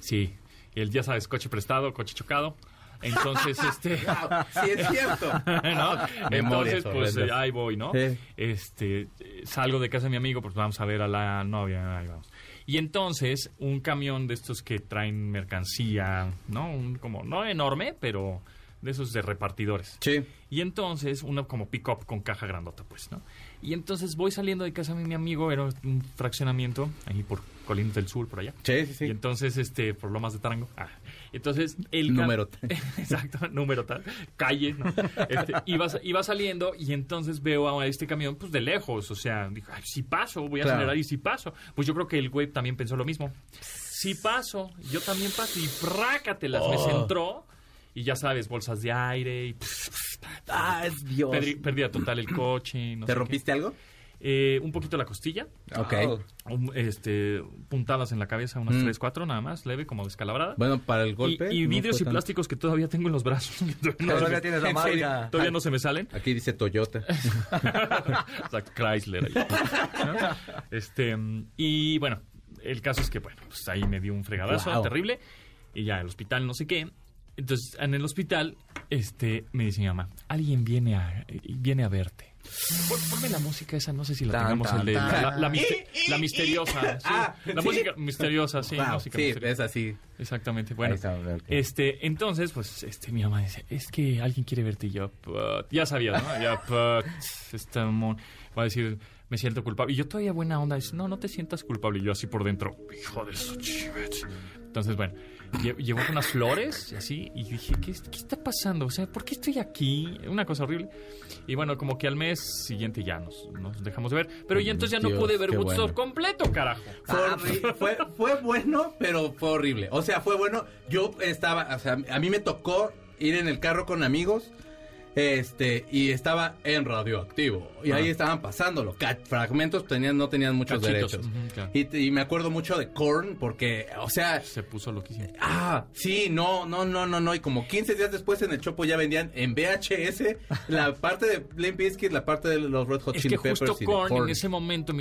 Speaker 2: Sí. Y él, ya sabes, coche prestado, coche chocado. Entonces, este.
Speaker 3: Ah, sí, es cierto.
Speaker 2: ¿no?
Speaker 3: Ah, Memorias
Speaker 2: Entonces, pues
Speaker 3: horrendas.
Speaker 2: eh, ahí voy, ¿no?
Speaker 3: Sí.
Speaker 2: Este, eh, salgo de casa de mi amigo, pues vamos a ver a la novia, ahí vamos. Y entonces, un camión de estos que traen mercancía, ¿no? Un, como, no enorme, pero de esos de repartidores.
Speaker 3: Sí.
Speaker 2: Y entonces, uno como pick-up con caja grandota, pues, ¿no? Y entonces voy saliendo de casa de mi amigo, era un fraccionamiento, ahí por Colinas del Sur, por allá.
Speaker 3: Sí, sí, sí.
Speaker 2: Y entonces, este, por Lomas de Tarango. Ah, entonces, el ca-
Speaker 3: Número tal.
Speaker 2: Exacto, número tal. Calle, ¿no? Este, iba, sa- iba saliendo y entonces veo a este camión, pues de lejos. O sea, dijo, "Ay, si paso, voy a
Speaker 3: Claro.
Speaker 2: acelerar y si paso. Pues yo creo que el güey también pensó lo mismo. Si paso, yo también paso. Y prácatelas, me
Speaker 3: Oh.
Speaker 2: centró. Y ya sabes, bolsas de aire y pf,
Speaker 4: Ah, es Dios.
Speaker 2: perdí, perdía total el coche. no sé
Speaker 3: ¿Te
Speaker 2: qué.
Speaker 3: rompiste algo?
Speaker 2: Eh, un poquito la costilla.
Speaker 4: Ok.
Speaker 2: un- este, puntadas en la cabeza, unas
Speaker 3: Mm.
Speaker 2: tres, cuatro nada más, leve, como descalabrada.
Speaker 3: Bueno, para el golpe.
Speaker 2: Y, y
Speaker 3: no
Speaker 2: vidrios
Speaker 3: fue
Speaker 2: y
Speaker 3: tan-
Speaker 2: plásticos que todavía tengo en los brazos. que todavía no se
Speaker 4: Todavía
Speaker 2: me-
Speaker 4: tienes la
Speaker 3: En serio.
Speaker 4: marca.
Speaker 2: Todavía no se me salen.
Speaker 3: Aquí dice Toyota.
Speaker 2: Exacto, Chrysler. ahí. este, mm, y bueno, el caso es que, bueno, pues ahí me dio un fregadazo
Speaker 3: Wow.
Speaker 2: terrible. Y ya, el hospital, no sé qué. Entonces, en el hospital, este, me dice mi mamá, alguien viene a, eh, viene a verte. Pon- Ponme la música esa, no sé si la
Speaker 4: Tan,
Speaker 2: tengamos
Speaker 4: tan,
Speaker 2: el de-
Speaker 4: tan.
Speaker 2: La, la mister- la misteriosa. sí.
Speaker 3: Ah,
Speaker 2: la
Speaker 3: sí.
Speaker 2: música misteriosa, sí.
Speaker 3: Wow,
Speaker 2: música
Speaker 3: sí,
Speaker 2: misteriosa.
Speaker 3: es así.
Speaker 2: Exactamente. Bueno,
Speaker 4: Ahí está, ok.
Speaker 2: este, entonces, pues, este, mi mamá dice, es que alguien quiere verte y yo, "Put". ya sabía, ¿no? Ya, "Put". este mon- va a decir, me siento culpable. Y yo todavía buena onda, dice, no, no te sientas culpable. Y yo así por dentro, hijo de su chivete". Entonces, bueno, lle- llegó con unas flores y así, y yo dije, ¿qué, es- ¿qué está pasando? O sea, ¿por qué estoy aquí? Una cosa horrible. Y bueno, como que al mes siguiente ya nos, nos dejamos de ver. Pero ya entonces ya no
Speaker 3: Dios,
Speaker 2: pude ver
Speaker 3: qué
Speaker 2: Woodstock
Speaker 3: bueno.
Speaker 2: completo, carajo.
Speaker 3: Fue, horri- fue, fue bueno, pero fue horrible. O sea, fue bueno. Yo estaba, o sea, a mí me tocó ir en el carro con amigos. Este, y estaba en radioactivo. Y ahí estaban pasándolo. ca- Fragmentos tenían, no tenían muchos
Speaker 2: Cachitos,
Speaker 3: derechos.
Speaker 2: ujú, claro.
Speaker 3: y, te- y me acuerdo mucho de Korn, porque, o sea,
Speaker 2: Se puso loquísimo.
Speaker 3: Ah, sí, no, no, no, no, no. Y como 15 días después en el Chopo ya vendían en VHS la parte de Limp Bizkit, la parte de los Red Hot
Speaker 2: Es
Speaker 3: Chili
Speaker 2: que
Speaker 3: Peppers
Speaker 2: justo
Speaker 3: y de
Speaker 2: Korn,
Speaker 3: Korn.
Speaker 2: en ese momento, en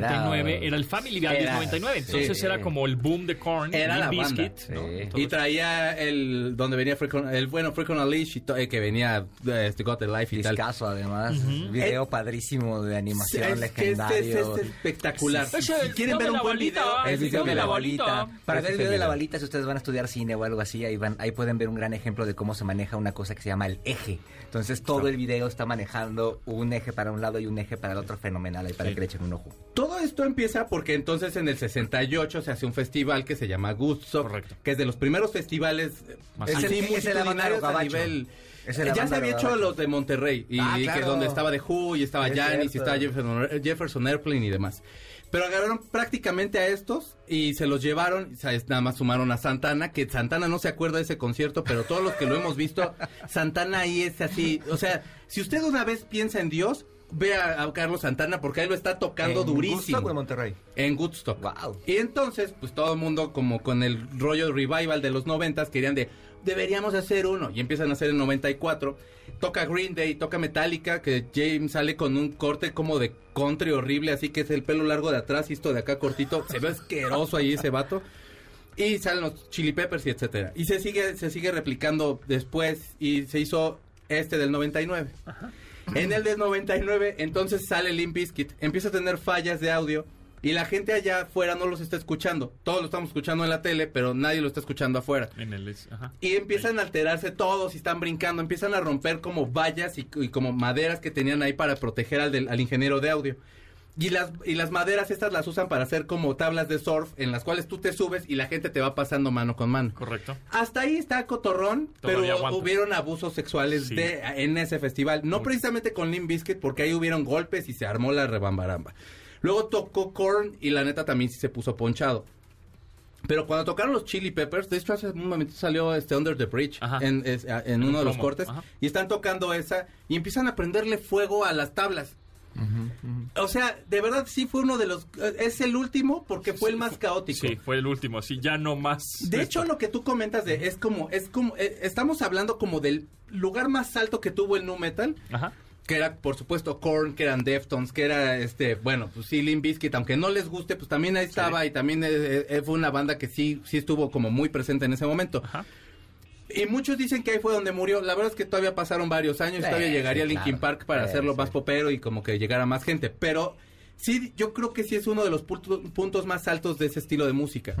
Speaker 2: 1999, era, el Family Values
Speaker 4: era-
Speaker 2: 99. Entonces
Speaker 4: sí.
Speaker 2: era como el boom de Korn,
Speaker 3: Era la
Speaker 2: Limp
Speaker 3: banda,
Speaker 2: Bizkit,
Speaker 4: sí.
Speaker 2: ¿no?
Speaker 4: Y
Speaker 2: Todo
Speaker 3: Y
Speaker 2: eso.
Speaker 3: traía el donde venía Freak on, el bueno Freak on a Leash y to- eh, que venía eh, este, Got the Life y tal.
Speaker 4: Discaso, además. Video padrísimo de
Speaker 3: Es
Speaker 4: animación
Speaker 3: que este, este
Speaker 4: legendario.
Speaker 3: es espectacular.
Speaker 2: Sí, sí, sí.
Speaker 3: Si quieren ver un buen video,
Speaker 2: Ah,
Speaker 4: El video de la bolita. Para
Speaker 3: Ese
Speaker 4: ver el
Speaker 3: es el
Speaker 4: video de la
Speaker 3: video.
Speaker 4: bolita, si ustedes van a estudiar cine o algo así, ahí, van, ahí pueden ver un gran ejemplo de cómo se maneja una cosa que se llama el eje. Entonces todo el video está manejando un eje para un lado y un eje para el otro, fenomenal, ahí para
Speaker 2: Sí.
Speaker 4: que le echen un ojo.
Speaker 3: Todo esto empieza porque entonces en el 68 se hace un festival que se llama Woodstock,
Speaker 2: Correcto.
Speaker 3: que es de los primeros festivales
Speaker 2: Más
Speaker 3: eh,
Speaker 2: Es el-
Speaker 3: sí,
Speaker 4: es el habanero
Speaker 3: multitudinarios a
Speaker 4: gabacho.
Speaker 3: nivel.
Speaker 4: Es el
Speaker 3: ya se
Speaker 4: habanero
Speaker 3: había hecho
Speaker 4: gabacho.
Speaker 3: los de Monterrey y
Speaker 4: Ah, claro.
Speaker 3: que donde estaba The Who y estaba
Speaker 4: Es
Speaker 3: Janis y
Speaker 4: cierto.
Speaker 3: estaba Jefferson, Jefferson Airplane y demás. Pero agarraron prácticamente a estos y se los llevaron, y, ¿sabes? nada más sumaron a Santana, que Santana no se acuerda de ese concierto, pero todos los que lo hemos visto, Santana ahí es así, o sea, si usted una vez piensa en Dios, ve a, a Carlos Santana porque ahí lo está tocando
Speaker 4: En
Speaker 3: durísimo.
Speaker 4: Woodstock o en Monterrey.
Speaker 3: En Woodstock.
Speaker 4: Wow.
Speaker 3: Y entonces, pues todo el mundo, como con el rollo revival de los noventas, querían de, deberíamos hacer uno. Y empiezan a hacer en 94. Toca Green Day, toca Metallica, que James sale con un corte como de country horrible, así que es el pelo largo de atrás y esto de acá cortito. Se ve asqueroso ahí ese vato. Y salen los Chili Peppers y etcétera. Y se sigue, se sigue replicando después y se hizo este del 99. En el del 99, entonces sale Limp Bizkit, empieza a tener fallas de audio y la gente allá afuera no los está escuchando. Todos lo estamos escuchando en la tele, pero nadie lo está escuchando afuera.
Speaker 2: En el es- ajá.
Speaker 3: Y empiezan a alterarse todos y están brincando, empiezan a romper como vallas y, y como maderas que tenían ahí para proteger al, del- al ingeniero de audio. Y las, y las maderas estas las usan para hacer como tablas de surf en las cuales tú te subes y la gente te va pasando mano con mano.
Speaker 2: Correcto.
Speaker 3: Hasta ahí está Cotorrón,
Speaker 2: Todavía
Speaker 3: pero
Speaker 2: aguanta.
Speaker 3: hubieron abusos sexuales
Speaker 2: Sí.
Speaker 3: de, en ese festival. No precisamente con Limp Bizkit, porque ahí hubieron golpes y se armó la rebambaramba. Luego tocó Korn y la neta también sí se puso ponchado. Pero cuando tocaron los Chili Peppers, de hecho hace un momento salió este Under the Bridge
Speaker 2: Ajá.
Speaker 3: en, es- a- en
Speaker 2: un
Speaker 3: uno de los
Speaker 2: promo,
Speaker 3: cortes
Speaker 2: ajá.
Speaker 3: y están tocando esa y empiezan a prenderle fuego a las tablas. O sea, de verdad sí fue uno de los... Es el último porque fue el más caótico.
Speaker 2: Sí, fue el último, sí, ya no más.
Speaker 3: De hecho, lo que tú comentas de, es como, es como, eh, estamos hablando como del lugar más alto que tuvo el nu metal,
Speaker 2: Ajá.
Speaker 3: que era, por supuesto, Korn, que eran Deftones, que era, este, bueno, pues sí, Limp Bizkit, aunque no les guste, pues también ahí estaba y también eh, eh, fue una banda que sí, sí estuvo como muy presente en ese momento.
Speaker 2: Ajá.
Speaker 3: Y muchos dicen que ahí fue donde murió. La verdad es que todavía pasaron varios años.
Speaker 4: Sí,
Speaker 3: todavía llegaría
Speaker 4: sí,
Speaker 3: Linkin
Speaker 4: claro.
Speaker 3: Park para
Speaker 4: Sí,
Speaker 3: hacerlo
Speaker 4: sí.
Speaker 3: más popero y como que llegara más gente. Pero sí, yo creo que sí es uno de los punto- puntos más altos de ese estilo de música.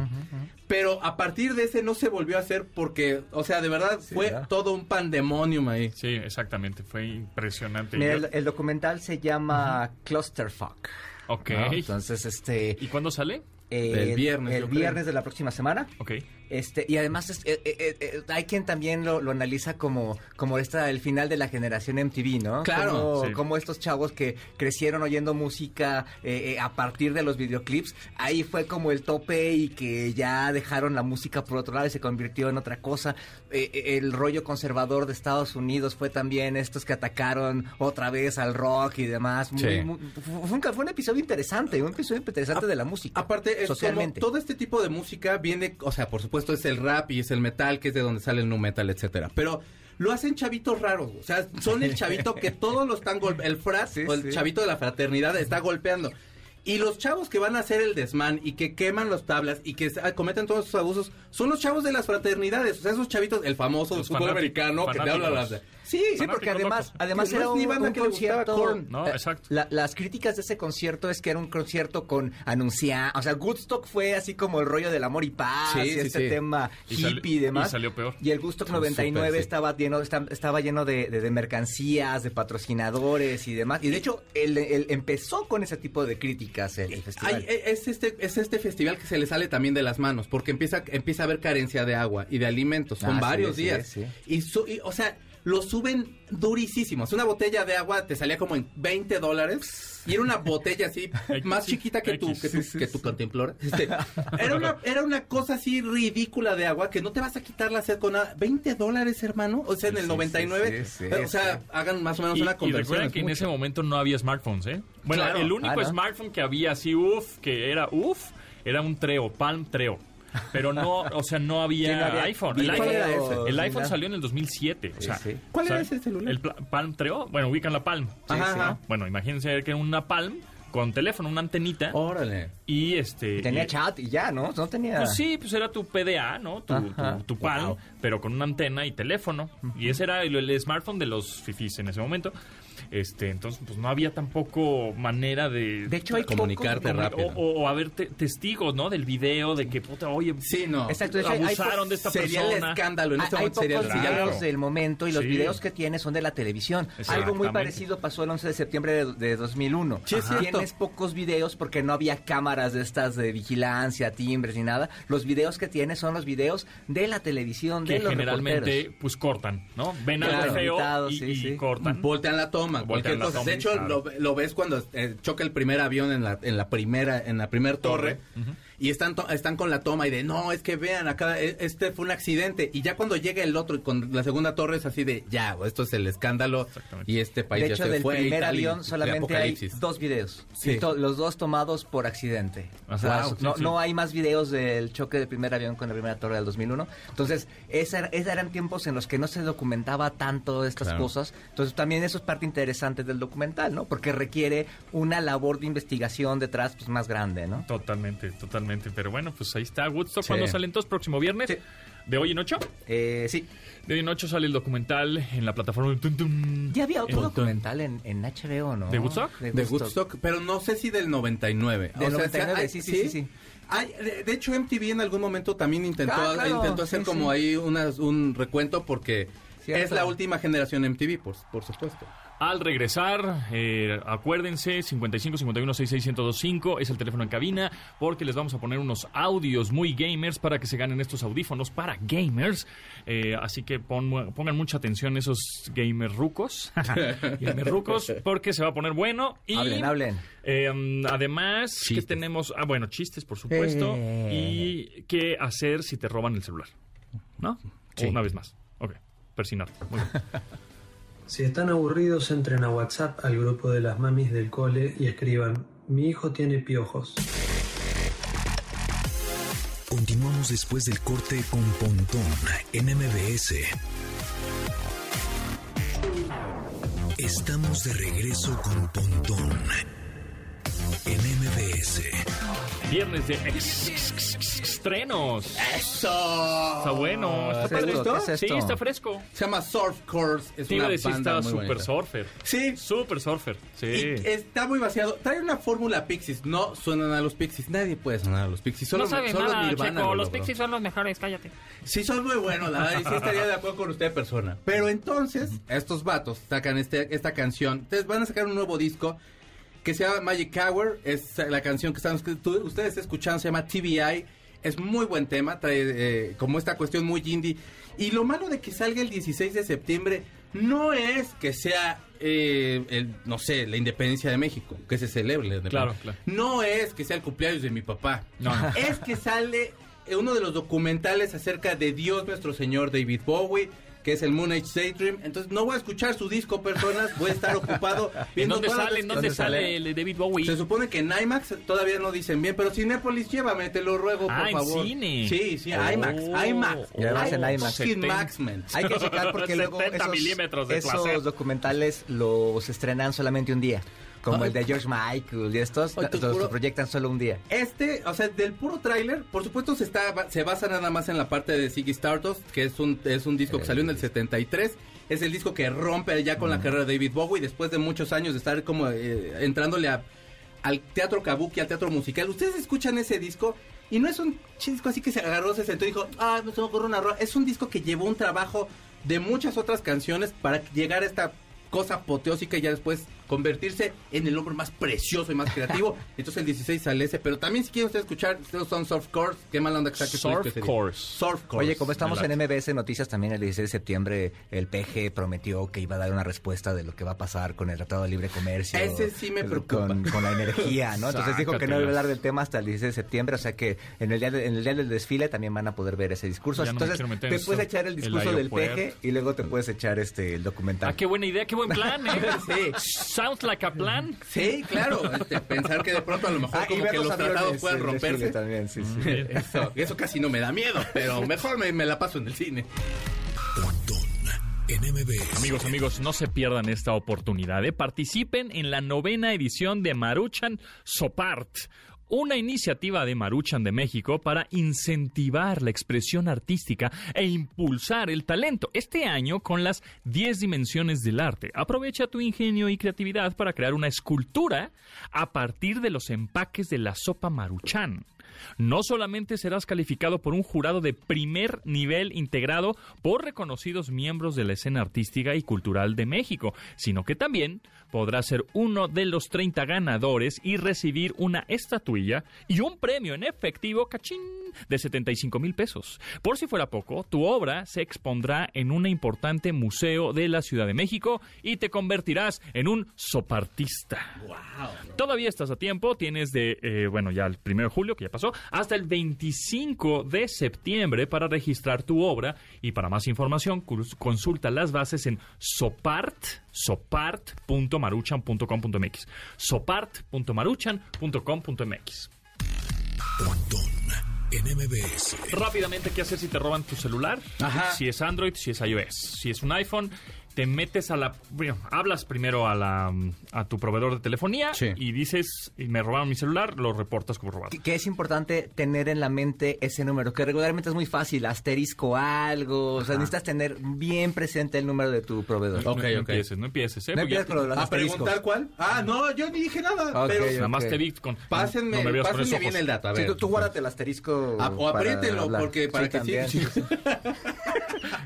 Speaker 3: Pero a partir de ese no se volvió a hacer porque, o sea, de verdad fue
Speaker 4: ¿verdad?
Speaker 3: todo un pandemonium ahí.
Speaker 2: Sí, exactamente, fue impresionante.
Speaker 4: Mira,
Speaker 2: Yo-
Speaker 4: el, el documental se llama Clusterfuck.
Speaker 2: Ok.
Speaker 3: Ah,
Speaker 4: ¿no? Entonces, este.
Speaker 2: ¿Y cuándo sale?
Speaker 4: eh,
Speaker 3: El viernes, yo
Speaker 4: El
Speaker 3: creo.
Speaker 4: viernes de la próxima semana.
Speaker 2: Ok.
Speaker 4: Este, y además es- eh, eh, eh, hay quien también lo, lo analiza como, como esta, el final de la generación MTV, ¿no?
Speaker 3: Claro,
Speaker 4: Como,
Speaker 2: sí.
Speaker 4: como estos chavos que crecieron oyendo música eh, eh, a partir de los videoclips, ahí fue como el tope y que ya dejaron la música por otro lado y se convirtió en otra cosa. Eh, eh, el rollo conservador de Estados Unidos fue también estos que atacaron otra vez al rock y demás. Muy-
Speaker 3: Sí.
Speaker 4: muy- fue, un, fue un episodio interesante, un episodio interesante de la música.
Speaker 3: Aparte, es como
Speaker 4: socialmente.
Speaker 3: todo este tipo de música viene, o sea, por supuesto es el rap y es el metal, que es de donde sale el nu metal, etcétera. Pero lo hacen chavitos raros, o sea, son el chavito que todos lo están golpeando, el frat
Speaker 4: Sí,
Speaker 3: o el
Speaker 4: sí.
Speaker 3: chavito de la fraternidad está golpeando. Y los chavos que van a hacer el desmán y que queman los tablas y que ah, cometen todos esos abusos son los chavos de las fraternidades, o sea, esos chavitos, el famoso
Speaker 2: Los
Speaker 3: fútbol
Speaker 2: fanati-
Speaker 3: americano que te habla
Speaker 2: fanáticos.
Speaker 3: las... Sí,
Speaker 4: Sí, porque
Speaker 2: Fanático
Speaker 4: además,
Speaker 2: loco.
Speaker 4: además
Speaker 3: Que no
Speaker 4: era
Speaker 3: es
Speaker 4: un,
Speaker 3: ni banda
Speaker 4: un
Speaker 3: que le gustaba
Speaker 4: concierto.
Speaker 3: Korn.
Speaker 2: No,
Speaker 4: eh,
Speaker 2: exacto.
Speaker 4: la- las críticas de ese concierto es que era un concierto con anunciar, o sea, Woodstock fue así como el rollo del amor y paz,
Speaker 3: Sí,
Speaker 4: y
Speaker 3: sí,
Speaker 4: este
Speaker 3: sí.
Speaker 4: tema
Speaker 2: Y
Speaker 4: hippie
Speaker 2: salió-
Speaker 4: y demás.
Speaker 2: y salió peor.
Speaker 4: Y el Woodstock 99
Speaker 3: Súper, sí.
Speaker 4: estaba lleno, esta- estaba lleno de, de- de mercancías, de patrocinadores y demás. Y de hecho, él, él empezó con ese tipo de críticas el, el festival.
Speaker 3: Ay, e- es, este, es este festival que se le sale también de las manos, porque empieza, empieza a haber carencia de agua y de alimentos. Son
Speaker 4: Ah, sí,
Speaker 3: varios
Speaker 4: sí,
Speaker 3: días.
Speaker 4: sí.
Speaker 3: Y, su- y, o sea, lo suben durísimos. Una botella de agua te salía como en 20 dólares. Y era una botella así,
Speaker 2: X,
Speaker 3: más
Speaker 2: sí,
Speaker 3: chiquita que tu,
Speaker 2: X,
Speaker 3: que
Speaker 2: sí,
Speaker 3: tu,
Speaker 2: sí,
Speaker 3: que tu contemplora. Este, era, una, era una cosa así ridícula de agua que no te vas a quitar la sed con nada. 20 dólares, hermano. O sea, en el
Speaker 4: sí,
Speaker 3: 99.
Speaker 4: sí, sí,
Speaker 3: eh, o sea,
Speaker 4: sí.
Speaker 3: hagan más o menos
Speaker 2: Y,
Speaker 3: una
Speaker 2: y
Speaker 3: conversión.
Speaker 2: recuerden
Speaker 3: es
Speaker 2: que en
Speaker 3: mucho.
Speaker 2: ese momento no había smartphones, ¿eh? Bueno,
Speaker 3: Claro.
Speaker 2: el único
Speaker 4: Ah, ¿no?
Speaker 2: smartphone que había así, uff, que era uff, era un Treo, Palm Treo. Pero no, o sea, no había,
Speaker 4: Sí, no había
Speaker 2: iPhone. El
Speaker 4: video,
Speaker 2: iPhone,
Speaker 4: ¿cuál era ese?
Speaker 2: el
Speaker 4: Ni
Speaker 2: iPhone
Speaker 4: nada.
Speaker 2: salió en el 2007. o sea,
Speaker 4: sí.
Speaker 3: ¿Cuál era
Speaker 2: ¿sabes?
Speaker 3: ese celular?
Speaker 2: El pla- Palm Treo. Bueno, ubican la Palm.
Speaker 3: Ajá, sí.
Speaker 2: ¿no? Bueno, imagínense que era una Palm con teléfono, una antenita.
Speaker 3: Órale.
Speaker 2: Y este.
Speaker 4: tenía
Speaker 2: y-
Speaker 4: chat y ya, ¿no? No tenía.
Speaker 2: Pues sí, pues era tu PDA, ¿no? Tu,
Speaker 4: Ah. Ajá.
Speaker 2: tu, tu PAL,
Speaker 4: Wow.
Speaker 2: pero con una antena y teléfono. Y ese era el, el smartphone de los fifis en ese momento. Este, entonces, pues no había tampoco manera de...
Speaker 4: De hecho, hay
Speaker 3: Comunicarte
Speaker 4: pocos-
Speaker 2: como-
Speaker 3: rápido.
Speaker 2: o, o- o haber te- testigos, ¿no? Del video, de que, puta, oye,
Speaker 3: Sí, no.
Speaker 4: Exacto, de hecho, hay- hay
Speaker 2: abusaron de esta
Speaker 3: pues sería el
Speaker 2: persona. Ah,
Speaker 3: escándalo en
Speaker 4: Hay-
Speaker 3: este
Speaker 4: Ah, hay
Speaker 3: momento sería el
Speaker 4: pocos
Speaker 2: drama.
Speaker 3: escándalo.
Speaker 4: videos del momento y los
Speaker 2: Sí.
Speaker 4: videos que tiene son de la televisión.
Speaker 2: Exactamente.
Speaker 4: Algo muy parecido pasó el 11 de septiembre de, de 2001.
Speaker 3: Sí, es cierto.
Speaker 4: Tienes pocos videos porque no había cámaras de estas de vigilancia, timbres ni nada. Los videos que tienes son los videos de la televisión, de
Speaker 2: Que
Speaker 4: los
Speaker 2: generalmente,
Speaker 4: reporteros.
Speaker 2: pues cortan, ¿no? Ven
Speaker 4: Claro.
Speaker 2: algo feo
Speaker 4: Invitados,
Speaker 2: y,
Speaker 4: sí,
Speaker 2: y
Speaker 4: sí.
Speaker 2: cortan.
Speaker 3: Voltean la toma,
Speaker 2: Voltean
Speaker 3: cualquier
Speaker 2: la
Speaker 3: cosa.
Speaker 2: toma,
Speaker 3: de hecho,
Speaker 2: claro.
Speaker 3: lo, lo ves cuando eh, choca el primer avión en la, en la primera, en la primer torre, y están, to- están con la toma y de no, es que vean, acá eh, este fue un accidente. Y ya cuando llega el otro y con la segunda torre es así de ya, esto es el escándalo
Speaker 2: Exactamente.
Speaker 3: y este país
Speaker 4: de
Speaker 3: ya
Speaker 4: hecho,
Speaker 3: se
Speaker 4: del
Speaker 3: fue, y
Speaker 4: primer
Speaker 3: tal, y-
Speaker 4: avión
Speaker 3: y
Speaker 4: solamente hay
Speaker 3: apocalipsis.
Speaker 4: dos videos.
Speaker 3: Sí. Ah,
Speaker 4: Y to- los dos tomados por accidente. O sea,
Speaker 2: Wow,
Speaker 4: no,
Speaker 2: sí, sí.
Speaker 4: no hay más videos del choque del primer avión con la primera torre del 2001. Entonces, esa, era- esa eran tiempos en los que no se documentaba tanto estas
Speaker 3: Claro.
Speaker 4: cosas. Entonces, también eso es parte interesante del documental, ¿no? Porque requiere una labor de investigación detrás pues, más grande, ¿no?
Speaker 2: Totalmente, totalmente. Pero bueno, pues ahí está Woodstock.
Speaker 4: Sí.
Speaker 2: cuando salen todos? ¿Próximo viernes?
Speaker 4: Sí.
Speaker 2: ¿De hoy en ocho?
Speaker 4: Eh, sí.
Speaker 2: De hoy en ocho sale el documental en la plataforma... de Tum Tum.
Speaker 4: Ya había otro
Speaker 2: En-
Speaker 4: documental en, en HBO, ¿no?
Speaker 2: ¿De Woodstock?
Speaker 4: De
Speaker 3: de Woodstock, pero no sé si del 99.
Speaker 4: Del 99,
Speaker 3: hay-
Speaker 4: sí, sí, sí, sí.
Speaker 3: Hay- de, de hecho, MTV en algún momento también intentó,
Speaker 4: Ah, claro,
Speaker 3: intentó hacer
Speaker 4: sí,
Speaker 3: como
Speaker 4: sí.
Speaker 3: ahí unas- un recuento porque
Speaker 4: Cierto.
Speaker 3: es la última generación MTV, por, por supuesto.
Speaker 2: Al regresar, eh, acuérdense, 55 51 66 1025 es el teléfono en cabina, porque les vamos a poner unos audios muy gamers para que se ganen estos audífonos para gamers. Eh, así que pon mu- pongan mucha atención esos gamers rucos, gamer rucos, porque se va a poner bueno. Y,
Speaker 4: Hablen, hablen.
Speaker 2: eh, mm, además, que
Speaker 7: Chistes.
Speaker 2: tenemos, ah, bueno, chistes, por supuesto, y qué hacer si te roban el celular, ¿no?
Speaker 7: Sí.
Speaker 2: Una vez más. Ok, persinarte. Muy bien.
Speaker 10: Si están aburridos, entren a WhatsApp al grupo de las mamis del cole y escriban, mi hijo tiene piojos.
Speaker 1: Continuamos después del corte con Pontón en MBS. Estamos de regreso con Pontón en MBS.
Speaker 2: Viernes de ex- ex- ex- ex- estrenos.
Speaker 3: ¡Eso!
Speaker 2: Está
Speaker 3: Ah,
Speaker 2: bueno. Está
Speaker 4: ¿Qué es
Speaker 2: padre.
Speaker 4: esto? ¿Qué es
Speaker 2: Sí,
Speaker 4: esto?
Speaker 2: está fresco.
Speaker 3: Se llama Surf Course. Es
Speaker 2: Te
Speaker 3: una
Speaker 2: iba a decir,
Speaker 3: banda
Speaker 2: está
Speaker 3: muy
Speaker 2: super
Speaker 3: bonita.
Speaker 2: surfer.
Speaker 3: Sí.
Speaker 2: Super surfer. Sí.
Speaker 3: Y está muy vaciado. Trae una fórmula Pixies. No suenan a los Pixies. Nadie puede sonar a los Pixies. Solo,
Speaker 11: no sabe
Speaker 3: solo
Speaker 11: nada,
Speaker 3: Nirvana
Speaker 11: Checo.
Speaker 3: lo
Speaker 11: los
Speaker 3: logró.
Speaker 11: Pixies son los mejores, cállate.
Speaker 3: Sí, son muy buenos, la verdad, y sí estaría de acuerdo con usted, persona. Pero entonces, estos vatos sacan este, esta canción. Entonces van a sacar un nuevo disco que se llama Magic Hour. Es la canción que están que tú- ustedes escuchando, se llama TBI. Es muy buen tema, trae eh, como esta cuestión muy indie. Y lo malo de que salga el 16 de septiembre no es que sea, eh, el, no sé, la independencia de México, que se celebre la independencia.
Speaker 2: Claro, claro.
Speaker 3: No es que sea el cumpleaños de mi papá.
Speaker 2: No, no.
Speaker 3: Es que sale eh, uno de los documentales acerca de Dios nuestro Señor David Bowie, que es el Moon Age Daydream. Entonces no voy a escuchar su disco, personas. Voy a estar ocupado
Speaker 2: ¿En
Speaker 3: viendo
Speaker 2: dónde
Speaker 3: todas las-
Speaker 2: sale? ¿En dónde sale el David Bowie?
Speaker 3: Se supone que en IMAX todavía no dicen bien, pero Cinépolis, llévame, te lo ruego, por
Speaker 2: Ah, en
Speaker 3: favor.
Speaker 2: cine.
Speaker 3: Sí, sí,
Speaker 2: Oh.
Speaker 3: IMAX, IMAX.
Speaker 4: Ya vas en
Speaker 3: Ay,
Speaker 4: IMAX.
Speaker 3: fucking Max, man.
Speaker 4: Hay que checar porque luego
Speaker 2: 70
Speaker 4: esos,
Speaker 2: milímetros de
Speaker 4: esos
Speaker 2: placer.
Speaker 4: documentales los estrenan solamente un día. Como
Speaker 3: Ay.
Speaker 4: el de George Michael y estos
Speaker 3: Ay, te
Speaker 4: los- los
Speaker 3: juro.
Speaker 4: proyectan solo un día.
Speaker 3: Este, o sea, del puro tráiler, por supuesto se está se basa nada más en la parte de Ziggy Stardust, que es un es un disco que salió en el 73, es el disco que rompe ya con la carrera de David Bowie después de muchos años de estar como eh, entrándole a- al teatro kabuki, al teatro musical. Ustedes escuchan ese disco y no es un disco así que se agarró, se sentó y dijo, "Ah, me se me ocurre una rola." Es un disco que llevó un trabajo de muchas otras canciones para llegar a esta cosa apoteósica y ya después convertirse en el hombre más precioso y más creativo. Entonces el 16 sale ese, pero también si quieren ustedes escuchar, ustedes son Surf Course, qué mala onda que saque su disco
Speaker 2: Surf
Speaker 3: ese día.
Speaker 2: Course.
Speaker 3: Surf Course.
Speaker 4: Oye, como estamos
Speaker 2: me
Speaker 4: en
Speaker 2: late.
Speaker 4: MBS Noticias también el 16 de septiembre, el PG prometió que iba a dar una respuesta de lo que va a pasar con el Tratado de Libre Comercio.
Speaker 3: Ese sí me
Speaker 4: el-
Speaker 3: preocupa.
Speaker 4: Con, con la energía, ¿no? Entonces dijo que no iba a
Speaker 2: Sácatelas.
Speaker 4: hablar del tema hasta el 16 de septiembre, o sea que en el día, de- en el día del desfile también van a poder ver ese discurso.
Speaker 2: Ya no me
Speaker 4: Entonces
Speaker 2: quiero meter
Speaker 4: te
Speaker 2: en eso.
Speaker 4: puedes echar el
Speaker 2: El
Speaker 4: discurso del PG
Speaker 2: aeropuerto.
Speaker 4: y luego te puedes echar este el documental.
Speaker 2: Ah, qué buena idea, qué buen plan, ¿eh?
Speaker 3: Sí.
Speaker 2: Sounds like a plan.
Speaker 3: Sí, claro, este, pensar que de pronto a lo mejor
Speaker 4: Ah, y
Speaker 3: como
Speaker 4: ver
Speaker 3: que los
Speaker 4: aviones
Speaker 3: tratados puedan
Speaker 4: en desfile
Speaker 3: romperse. Mm.
Speaker 4: También, sí, sí.
Speaker 3: Eso, eso casi no me da miedo, pero mejor me, me la paso en el cine.
Speaker 1: Pontón en MBS.
Speaker 2: Amigos, amigos, no se pierdan esta oportunidad. ¿eh? Participen en la novena edición de Maruchan Sopart, una iniciativa de Maruchan de México para incentivar la expresión artística e impulsar el talento. Este año con las 10 dimensiones del arte. Aprovecha tu ingenio y creatividad para crear una escultura a partir de los empaques de la sopa Maruchan. No solamente serás calificado por un jurado de primer nivel integrado por reconocidos miembros de la escena artística y cultural de México, sino que también podrás ser uno de los 30 ganadores y recibir una estatuilla y un premio en efectivo, cachín, de 75 mil pesos. Por si fuera poco, tu obra se expondrá en un importante museo de la Ciudad de México y te convertirás en un sopartista. Todavía estás a tiempo, tienes de, eh, bueno, ya el 1 de julio, que ya pasó, hasta el 25 de septiembre para registrar tu obra. Y para más información, cus- consulta las bases en sopart, sopart.maruchan.com.mx. Sopart.maruchan.com.mx.
Speaker 1: Pontón en MBS.
Speaker 2: Rápidamente, ¿qué hacer si te roban tu celular?
Speaker 3: Ajá.
Speaker 2: Si es Android, si es iOS, si es un iPhone, te metes a la... bueno, hablas primero a, la, mm, a tu proveedor de telefonía
Speaker 3: Sí.
Speaker 2: y dices, "Y me robaron mi celular, lo reportas como robado.
Speaker 4: que, que es importante tener en la mente ese número, que regularmente es muy fácil, asterisco algo, o sea, necesitas tener bien presente el número de tu proveedor.
Speaker 2: No,
Speaker 3: Ok,
Speaker 2: no
Speaker 3: ok.
Speaker 2: empieces, no empieces, ¿eh?
Speaker 4: No
Speaker 2: Porque ya
Speaker 4: empieces con lo de los
Speaker 3: ¿A
Speaker 4: asteriscos. Ah,
Speaker 3: preguntar cuál? Ah, no, yo ni dije nada,
Speaker 4: Ok,
Speaker 3: pero
Speaker 4: ok.
Speaker 2: Nada más te vi con...
Speaker 3: pásenme,
Speaker 2: no me veas con
Speaker 3: pásenme
Speaker 2: esos
Speaker 3: bien
Speaker 2: ojos.
Speaker 3: el dato, a
Speaker 4: Sí,
Speaker 3: ver.
Speaker 4: tú, tú guárdate el asterisco.
Speaker 3: Ah, o
Speaker 4: para
Speaker 3: apriétenlo,
Speaker 4: hablar.
Speaker 3: porque para que sí-
Speaker 4: también.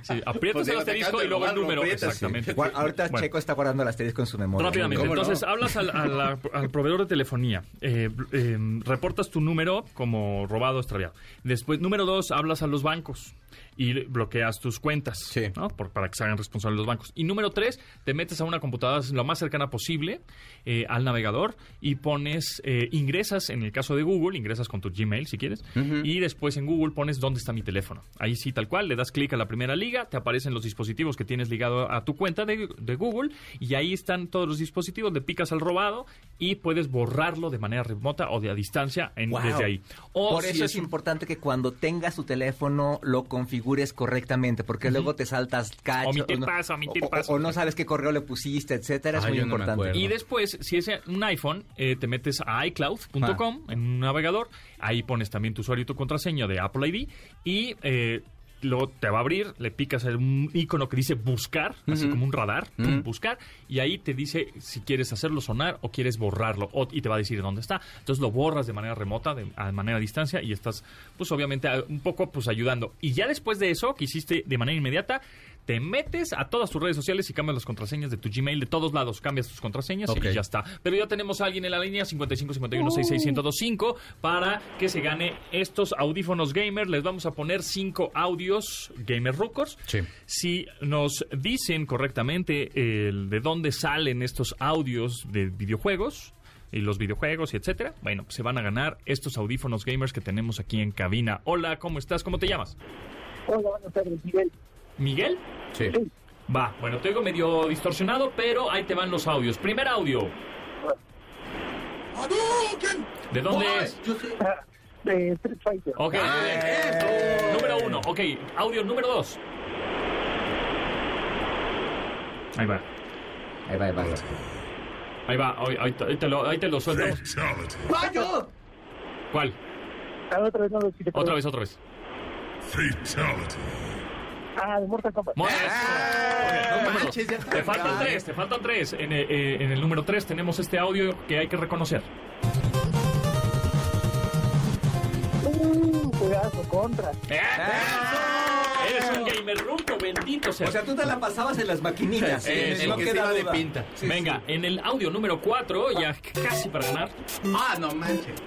Speaker 2: Sí, aprietas
Speaker 3: Pues
Speaker 2: el
Speaker 3: digo, te
Speaker 2: asterisco
Speaker 3: acaban
Speaker 2: y luego
Speaker 3: de
Speaker 2: el
Speaker 3: robar, lo
Speaker 2: número.
Speaker 3: aprietas,
Speaker 2: Exactamente.
Speaker 4: Gua- Ahorita
Speaker 2: Bueno.
Speaker 4: Checo está guardando las teorías con su memoria.
Speaker 2: Rápidamente,
Speaker 3: ¿Cómo no?
Speaker 2: entonces hablas al, a la- al proveedor de telefonía, eh, eh, reportas tu número como robado, extraviado. Después, número dos, hablas a los bancos y bloqueas tus cuentas,
Speaker 3: Sí.
Speaker 2: ¿no? Por- para que se hagan responsables los bancos. Y número tres, te metes a una computadora lo más cercana posible eh, al navegador y pones, eh, ingresas, en el caso de Google, ingresas con tu Gmail si quieres, y después en Google pones dónde está mi teléfono. Ahí sí, tal cual, le das clic a la primera liga, te aparecen los dispositivos que tienes ligado a tu cuenta de, de Google y ahí están todos los dispositivos, le picas al robado y puedes borrarlo de manera remota o de a distancia en-
Speaker 4: Wow.
Speaker 2: desde ahí.
Speaker 3: Oh,
Speaker 2: O
Speaker 4: Por
Speaker 2: si
Speaker 4: eso es
Speaker 2: un-
Speaker 4: importante que cuando tengas tu teléfono lo configures correctamente, porque luego te saltas cacho.
Speaker 2: Omitir
Speaker 4: no-
Speaker 2: paso, omitir
Speaker 4: o- o-
Speaker 2: paso.
Speaker 4: O no sabes qué correo le pusiste, etcétera. Es
Speaker 3: Ah,
Speaker 4: muy
Speaker 3: yo no me
Speaker 4: importante.
Speaker 3: acuerdo.
Speaker 2: Y después, si es un iPhone, eh, te metes a iCloud.com en un navegador. Ahí pones también tu usuario y tu contraseña de Apple ID. Y eh, luego te va a abrir, le picas a un icono que dice buscar, así como un radar, pum, buscar. Y ahí te dice si quieres hacerlo sonar o quieres borrarlo. o- y te va a decir dónde está. Entonces lo borras de manera remota, de a manera a distancia. Y estás, pues obviamente, a- un poco pues ayudando. Y ya después de eso, que hiciste de manera inmediata, te metes a todas tus redes sociales y cambias las contraseñas de tu Gmail de todos lados. Cambias tus contraseñas
Speaker 3: Ok.
Speaker 2: y ya está. Pero ya tenemos a alguien en la línea 5551-661025 para que se gane estos audífonos gamer. Les vamos a poner cinco audios gamer records.
Speaker 3: Sí.
Speaker 2: Si nos dicen correctamente eh, de dónde salen estos audios de videojuegos y los videojuegos y etcétera, bueno, pues se van a ganar estos audífonos gamers que tenemos aquí en cabina. Hola, ¿cómo estás? ¿Cómo te llamas?
Speaker 7: Hola, buenas tardes, Miguel.
Speaker 2: ¿Miguel?
Speaker 3: Sí.
Speaker 2: Va, bueno, te digo medio distorsionado, pero ahí te van los audios. Primer audio. ¿De dónde es?
Speaker 7: De Street Fighter.
Speaker 2: Ok. Número uno. Ok, audio número dos. Ahí va.
Speaker 4: Ahí va, ahí va.
Speaker 2: Ahí va, ahí, ahí te- ahí te, lo, ahí te lo sueltamos.
Speaker 3: ¡Fallo!
Speaker 2: ¿Cuál?
Speaker 7: Ah, otra vez no lo escuché,
Speaker 2: Otra
Speaker 7: perdón.
Speaker 2: vez, otra vez.
Speaker 7: Ah, de Mortal Kombat.
Speaker 2: Muy bien. Ok, número dos.
Speaker 3: manches, ya está.
Speaker 2: Te faltan tres, te faltan tres. En, eh, eh, en el número tres tenemos este audio que hay que reconocer.
Speaker 7: Uh, juegazo, contra.
Speaker 2: ¡Eh! Eres un gamer ruco, bendito sea.
Speaker 4: O sea, tú te la pasabas en las maquinitas.
Speaker 2: Sí, sí,
Speaker 4: no
Speaker 2: sí.
Speaker 3: Que se
Speaker 4: queda
Speaker 3: iba de
Speaker 4: duda.
Speaker 3: pinta.
Speaker 4: Sí, sí.
Speaker 2: Venga, en el audio número 4, ya casi para ganar.
Speaker 3: ¡Ah, no manches!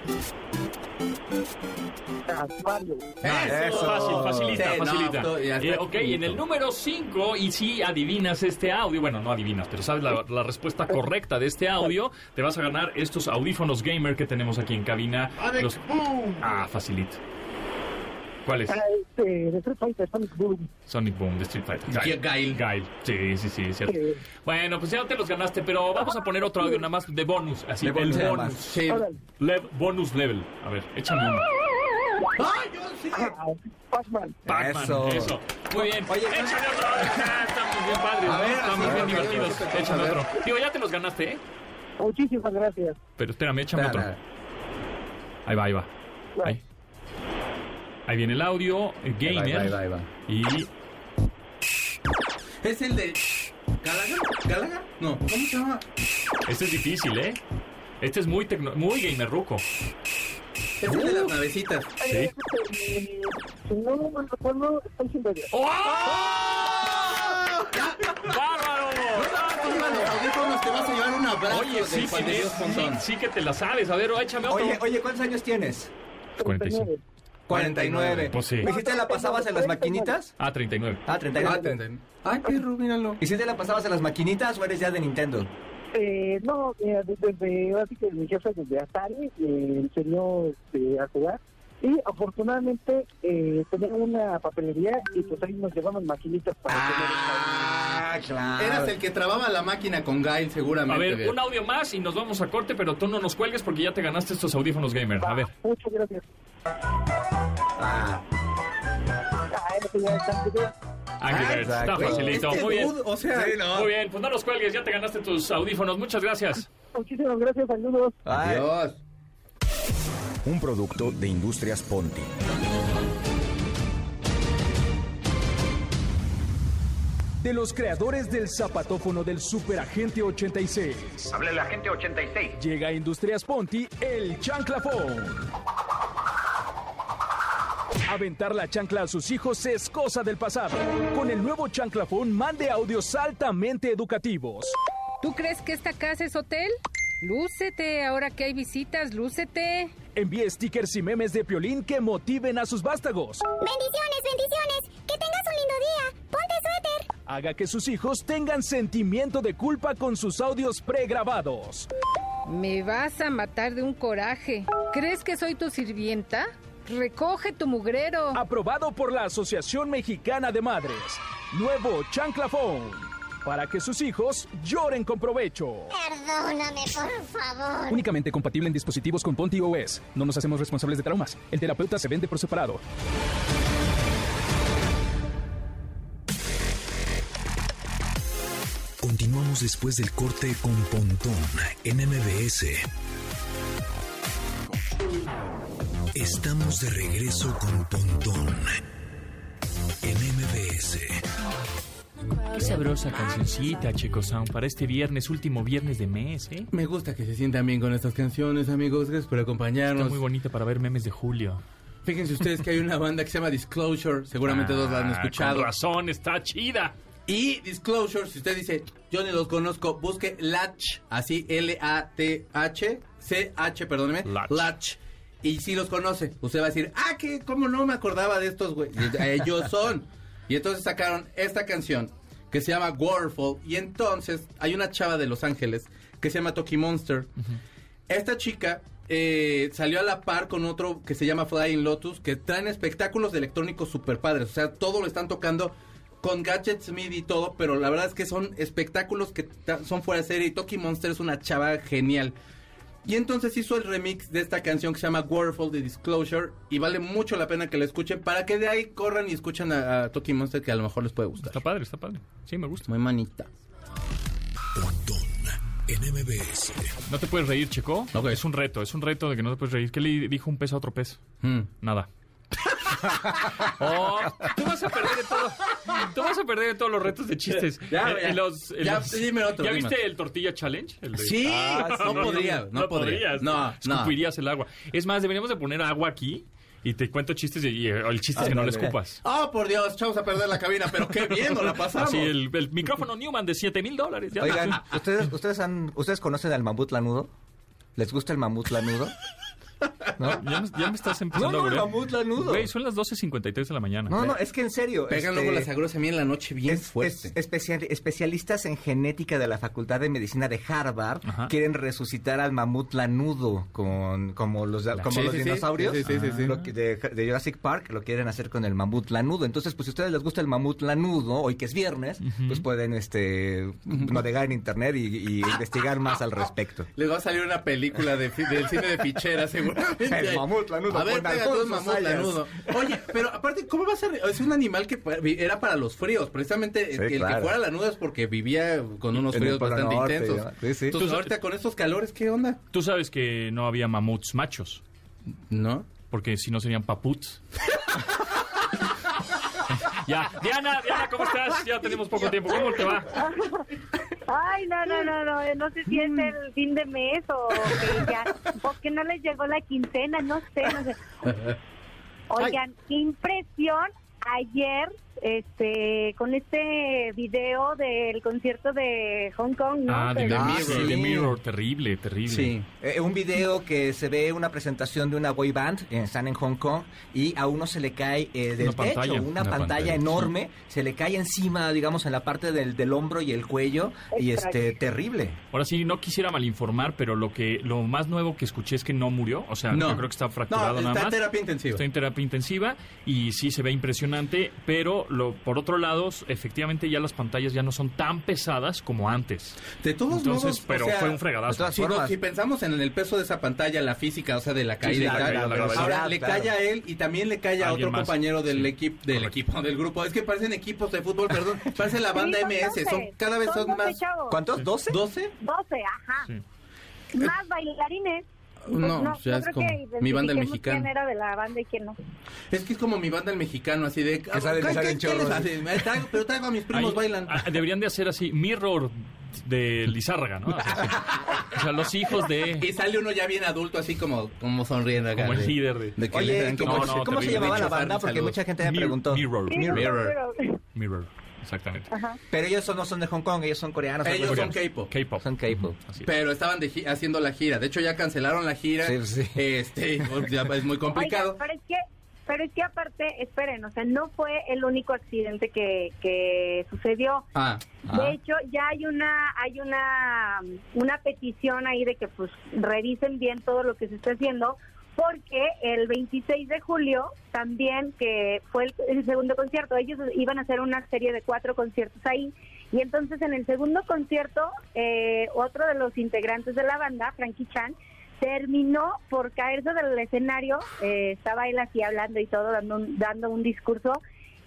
Speaker 7: Ah, Mario.
Speaker 4: Eso.
Speaker 2: Fácil, facilita,
Speaker 3: Sí, no,
Speaker 2: facilita.
Speaker 3: esto ya está
Speaker 2: Eh, ok, en el número 5, y si adivinas este audio, bueno, no adivinas, pero sabes la, la respuesta correcta de este audio, te vas a ganar estos audífonos gamer que tenemos aquí en cabina. Los- Ah, facilita. ¿Cuál es?
Speaker 7: Ah, este, de Street Fighter, Sonic Boom.
Speaker 2: Sonic Boom de Street Fighter.
Speaker 3: Gail. Gail.
Speaker 2: Gail. Sí, sí, sí, es cierto.
Speaker 7: Sí.
Speaker 2: Bueno, pues ya te los ganaste, pero vamos a poner otro audio nada más de bonus. Así,
Speaker 4: De bonus
Speaker 2: el
Speaker 4: nada
Speaker 2: bonus.
Speaker 4: más.
Speaker 3: Sí.
Speaker 7: Órale.
Speaker 2: Lev- bonus level. A ver, échame uno.
Speaker 3: ¡Ah, yo sí!
Speaker 7: Ah, Pac-Man.
Speaker 2: Pac-Man,
Speaker 4: Eso.
Speaker 2: eso. Muy bien.
Speaker 4: Oye,
Speaker 2: échame otro. Ah, Estamos bien padres, ¿no?
Speaker 3: ver,
Speaker 2: Estamos
Speaker 3: a ver,
Speaker 2: bien
Speaker 3: a ver,
Speaker 2: divertidos.
Speaker 3: a ver.
Speaker 2: Échame otro. Digo, ya te los ganaste, ¿eh?
Speaker 7: Muchísimas gracias.
Speaker 2: Pero espérame, échame
Speaker 4: Espera,
Speaker 2: otro. Ahí va, ahí va. Ahí. Ahí viene el audio, el
Speaker 4: Ahí
Speaker 2: gamer.
Speaker 4: va, ahí va, ahí va.
Speaker 2: Y
Speaker 3: Es el de. ¿Galaga? ¿Galaga? No. ¿Cómo se llama?
Speaker 2: este es difícil, ¿eh? Este es muy tecno, muy gamer ruco.
Speaker 3: Es el
Speaker 4: Uh.
Speaker 3: de las navecitas.
Speaker 2: Sí.
Speaker 7: Eh, Si no me recuerdo, estoy sin ver.
Speaker 3: ¡Oh!
Speaker 2: ¡Oh! ¡Bárbaro!
Speaker 3: Lleva los audífonos, te vas a llevar un abrazo.
Speaker 2: Oye, sí,
Speaker 3: de
Speaker 2: sí,
Speaker 3: Juan de
Speaker 2: sí,
Speaker 3: Dios Pontón.
Speaker 2: sí que te la sabes. A ver, échame otro.
Speaker 4: Oye, oye, ¿cuántos años tienes?
Speaker 2: 45.
Speaker 4: 49.
Speaker 2: Pues sí.
Speaker 4: ¿Y si te la pasabas en las maquinitas?
Speaker 2: Ah, 39.
Speaker 4: Ah, 39.
Speaker 3: Ah, ten, ten. Ay, qué rubínalo.
Speaker 4: ¿Y si te la pasabas en las maquinitas o eres ya de Nintendo?
Speaker 7: Eh, no, mira, desde, desde- así que mi jefe desde Atari eh, me enseñó este, a jugar. Y afortunadamente eh, tenía una papelería y pues ahí nos llevamos maquinitas para
Speaker 4: Ah, claro.
Speaker 3: Eras el que trababa la máquina con Gail,
Speaker 2: A
Speaker 3: seguramente.
Speaker 2: ver, un audio más y nos vamos a corte, pero tú no nos cuelgues porque ya te ganaste estos audífonos gamer. A ver.
Speaker 7: tener. Muchas gracias. Ah, eso ya está, ya.
Speaker 2: Angry Birds. Está
Speaker 4: exacto.
Speaker 2: facilito.
Speaker 3: Este
Speaker 2: Muy bien.
Speaker 3: dude, O sea,
Speaker 2: Muy bien, pues no nos cuelgues, ya te ganaste tus audífonos. Muchas gracias.
Speaker 7: Muchísimas gracias, saludos.
Speaker 4: Ay,
Speaker 3: Dios.
Speaker 5: Un producto de Industrias Ponti.
Speaker 6: De los creadores del zapatófono del Superagente 86. Habla el Agente 86. Llega a Industrias Ponti el chanclafón. Aventar la chancla a sus hijos es cosa del pasado. Con el nuevo chanclafón, mande audios altamente educativos.
Speaker 8: ¿Tú crees que esta casa es hotel? Lúcete, ahora que hay visitas, lúcete.
Speaker 6: Envíe stickers y memes de Piolín que motiven a sus vástagos.
Speaker 9: Bendiciones, bendiciones. Que tengas un lindo día. Ponte suéter.
Speaker 6: Haga que sus hijos tengan sentimiento de culpa con sus audios pregrabados.
Speaker 8: Me vas a matar de un coraje. ¿Crees que soy tu sirvienta? Recoge tu mugrero.
Speaker 6: Aprobado por la Asociación Mexicana de Madres. Nuevo chanclafón. Para que sus hijos lloren con provecho.
Speaker 9: Perdóname, por favor.
Speaker 6: Únicamente compatible en dispositivos con Ponti OS. No nos hacemos responsables de traumas. El terapeuta se vende por separado.
Speaker 1: Continuamos después del corte con Pontón en MBS. Estamos de regreso con Pontón en MBS.
Speaker 2: Qué sabrosa cancioncita, Checo Sound, para este viernes, último viernes de mes, ¿eh?
Speaker 3: Me gusta que se sientan bien con estas canciones, amigos. Gracias por
Speaker 2: Está
Speaker 3: acompañarnos.
Speaker 2: muy bonita para ver memes de julio.
Speaker 3: Fíjense ustedes que hay una banda que se llama Disclosure. Seguramente dos la han
Speaker 2: Ah,
Speaker 3: escuchado.
Speaker 2: Con razón, está chida.
Speaker 3: Y Disclosure, si usted dice, yo ni los conozco, busque Latch, así L-A-T-H, C-H, perdóneme,
Speaker 2: Latch.
Speaker 3: Latch. Y si los conoce, usted va a decir, ah, que cómo no me acordaba de estos, güey. Y Ellos son. Y entonces sacaron esta canción que se llama Waterfall. Y entonces hay una chava de Los Ángeles que se llama Toki Monster. Esta chica eh, salió a la par con otro que se llama Flying Lotus, que traen espectáculos de electrónicos super padres. O sea, todo lo están tocando con gadgets MIDI y todo, pero la verdad es que son espectáculos que ta- son fuera de serie. Y Toki Monster es una chava genial. Y entonces hizo el remix de esta canción que se llama Waterfall de Disclosure. Y vale mucho la pena que la escuchen para que de ahí corran y escuchen a, a Toki Monster, que a lo mejor les puede gustar.
Speaker 2: Está padre, está padre. Sí, me gusta.
Speaker 3: Muy manita.
Speaker 1: Pontón en MBS.
Speaker 2: No te puedes reír, Checo.
Speaker 3: Ok.
Speaker 2: Es un reto, es un reto de que no te puedes reír. ¿Qué le dijo un pez a otro pez?
Speaker 3: Hmm.
Speaker 2: Nada. Oh, tú vas a perder de todo. Tú vas a perder de todos los retos de chistes.
Speaker 3: Ya,
Speaker 2: Eh,
Speaker 3: ya.
Speaker 2: y los- y
Speaker 3: Ya,
Speaker 2: los-
Speaker 3: dime otro,
Speaker 2: ¿Ya
Speaker 3: dime.
Speaker 2: viste el tortilla challenge? El de-
Speaker 3: Sí, no podría, no, podría.
Speaker 2: podrías.
Speaker 3: No, no.
Speaker 2: Escupirías el agua. Es más, deberíamos de poner agua aquí y te cuento chistes y, y eh, el chiste es que no le escupas.
Speaker 3: Oh, por Dios, chavos a perder la cabina, pero qué bien nos la pasamos.
Speaker 2: Así, el, el micrófono Newman de 7 mil dólares. ya.
Speaker 4: Oigan, ¿ustedes, ustedes, han, ¿ustedes conocen al mamut lanudo? ¿Les gusta el mamut lanudo? ¿No?
Speaker 2: Ya me, ya me estás empezando
Speaker 4: No, no,
Speaker 2: a
Speaker 4: el
Speaker 2: ver.
Speaker 4: mamut lanudo.
Speaker 2: Güey, son las 12.53 de la mañana.
Speaker 4: No, no, es que en serio.
Speaker 3: Pegan
Speaker 4: este,
Speaker 3: luego las agruras a mí en la noche bien
Speaker 4: es-
Speaker 3: fuerte.
Speaker 4: es especial- especialistas en genética de la Facultad de Medicina de Harvard
Speaker 2: Ajá.
Speaker 4: quieren resucitar al mamut lanudo con, como los, como
Speaker 3: Sí,
Speaker 4: los
Speaker 3: sí, sí.
Speaker 4: dinosaurios
Speaker 3: Sí, sí, sí, sí.
Speaker 4: lo que- de, de Jurassic Park, lo quieren hacer con el mamut lanudo. Entonces, pues si a ustedes les gusta el mamut lanudo, hoy que es viernes, pues pueden este navegar en internet y, y investigar más al respecto.
Speaker 3: Les va a salir una película de fi- del cine de fichera, seguramente.
Speaker 4: El mamut lanudo
Speaker 3: A ver,
Speaker 4: con
Speaker 3: pega tú el
Speaker 4: Alfonso
Speaker 3: mamut
Speaker 4: Sayas.
Speaker 3: lanudo. Oye, pero aparte, ¿cómo vas a...? re- Es un animal que pa- vi- era para los fríos. Precisamente el,
Speaker 4: Sí,
Speaker 3: el
Speaker 4: claro.
Speaker 3: que fuera lanudo es porque vivía con unos
Speaker 4: En el
Speaker 3: fríos
Speaker 4: Polo
Speaker 3: bastante
Speaker 4: Norte,
Speaker 3: intensos.
Speaker 4: ¿no? Sí, sí.
Speaker 3: Entonces,
Speaker 2: Tú-
Speaker 3: ahorita con estos calores, ¿qué onda?
Speaker 2: Tú sabes que no había mamuts machos,
Speaker 3: ¿No?
Speaker 2: porque si no serían paputs. ya, Diana, Diana, ¿cómo estás? Ya tenemos poco tiempo. ¿Cómo te va?
Speaker 11: Ay, no, no, no, no, eh, no sé si
Speaker 7: Mm.
Speaker 11: es el fin de mes o que ya, o que no les llegó la quincena, no sé, no sé. Oigan, qué impresión ayer, este, con este video del concierto de Hong Kong, ¿no?
Speaker 2: Ah, de
Speaker 11: Del-
Speaker 2: The
Speaker 3: Ah,
Speaker 2: Mirror,
Speaker 3: sí.
Speaker 2: The Mirror, terrible, terrible.
Speaker 4: Sí, eh, un video que se ve una presentación de una boy band, eh, están en Hong Kong, y a uno se le cae eh, del
Speaker 2: Una
Speaker 4: techo,
Speaker 2: pantalla,
Speaker 4: una,
Speaker 2: una
Speaker 4: pantalla,
Speaker 2: pantalla,
Speaker 4: enorme, se le cae encima, digamos, en la parte del, del hombro y el cuello, y
Speaker 11: Exacto.
Speaker 4: este, terrible.
Speaker 2: Ahora sí, no quisiera malinformar, pero lo que lo más nuevo que escuché es que no murió. O sea, yo creo que está fracturado
Speaker 3: no, está
Speaker 2: nada
Speaker 3: en
Speaker 2: más.
Speaker 3: terapia intensiva.
Speaker 2: Está en terapia intensiva y sí se ve impresionante, pero lo, por otro lado, efectivamente ya las pantallas ya no son tan pesadas como antes.
Speaker 3: De todos
Speaker 2: Entonces,
Speaker 3: modos, o
Speaker 2: pero
Speaker 3: sea,
Speaker 2: fue un fregadazo.
Speaker 4: de todas
Speaker 3: Si, no-
Speaker 4: formas.
Speaker 3: si pensamos en el peso de esa pantalla, la física, o sea, de la caída,
Speaker 2: sí,
Speaker 3: y
Speaker 2: la
Speaker 3: tal,
Speaker 2: caída, la
Speaker 3: ahora
Speaker 4: gravedad,
Speaker 3: le
Speaker 4: claro.
Speaker 3: cae a él y también le cae a
Speaker 2: Alguien
Speaker 3: otro
Speaker 2: más.
Speaker 3: compañero del
Speaker 2: Sí.
Speaker 3: equipo, del
Speaker 2: Correcto.
Speaker 3: equipo, del grupo. Es que parecen equipos de fútbol, perdón, parece la banda
Speaker 11: Sí, son
Speaker 3: MS, son
Speaker 11: 12,
Speaker 3: cada vez son
Speaker 11: 12
Speaker 3: más
Speaker 11: chavos,
Speaker 4: ¿Cuántos? ¿12?
Speaker 3: 12.
Speaker 11: 12, ajá.
Speaker 2: Sí.
Speaker 11: Más bailarines. Pues
Speaker 3: No, ya es
Speaker 11: creo
Speaker 3: como
Speaker 11: que
Speaker 3: mi banda el mexicano.
Speaker 11: identifiquemos ¿Quién era de la banda y quién no?
Speaker 3: Es que es como mi banda el mexicano, así de.
Speaker 4: salen-
Speaker 3: ¿qué-
Speaker 4: salen
Speaker 3: qué- qué
Speaker 4: chorros.
Speaker 3: les hace? Me traigo- pero traigo a mis primos,
Speaker 2: Ahí-
Speaker 3: bailan.
Speaker 2: ah, deberían de hacer así, Mirror de Lizárraga, ¿no? O sea, sí. O sea, los hijos de...
Speaker 3: Y sale uno ya bien adulto, así como, como sonriendo acá.
Speaker 2: Como el líder de-
Speaker 3: de que
Speaker 2: Oye,
Speaker 3: le dan
Speaker 2: ¿cómo
Speaker 3: como-
Speaker 2: se- cómo
Speaker 3: terrible.
Speaker 2: se llamaba
Speaker 3: De
Speaker 2: la
Speaker 4: banda? Porque
Speaker 3: saludos.
Speaker 4: mucha gente me preguntó.
Speaker 2: Mirror.
Speaker 4: Mirror.
Speaker 2: Mirror, exactamente.
Speaker 4: Pero ellos son- no son de Hong Kong, ellos son coreanos.
Speaker 3: Ellos
Speaker 4: algo
Speaker 3: son
Speaker 4: así.
Speaker 3: K-pop.
Speaker 2: K-pop.
Speaker 4: Son K-pop.
Speaker 3: Pero estaban de gi- haciendo la gira. De hecho, ya cancelaron la gira.
Speaker 4: Sí, sí.
Speaker 3: Este, ya es muy complicado.
Speaker 11: Oigan, pero es que, pero es que aparte, esperen, o sea, no fue el único accidente que, que sucedió.
Speaker 3: Ah,
Speaker 11: De hecho, ya hay una hay una una petición ahí de que pues revisen bien todo lo que se está haciendo porque el 26 de julio también que fue el, el segundo concierto, ellos iban a hacer una serie de cuatro conciertos ahí y entonces en el segundo concierto eh, otro de los integrantes de la banda, Frankie Chan, terminó por caerse del escenario, eh, estaba él así hablando y todo, dando un, dando un discurso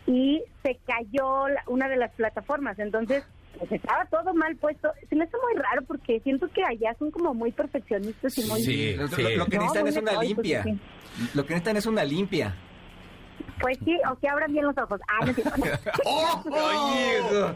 Speaker 11: y se cayó la- una de las plataformas. Entonces, pues estaba todo mal puesto. Se me hace muy raro porque siento que allá son como muy perfeccionistas y muy...
Speaker 4: Sí, lo, lo- lo que
Speaker 11: No,
Speaker 4: necesitan
Speaker 11: muy
Speaker 4: es una
Speaker 11: metódicos,
Speaker 4: limpia.
Speaker 11: sí.
Speaker 4: Lo que necesitan es una limpia.
Speaker 11: Pues sí, o que abran bien los ojos. Ah, no es cierto.
Speaker 4: Oye, eso.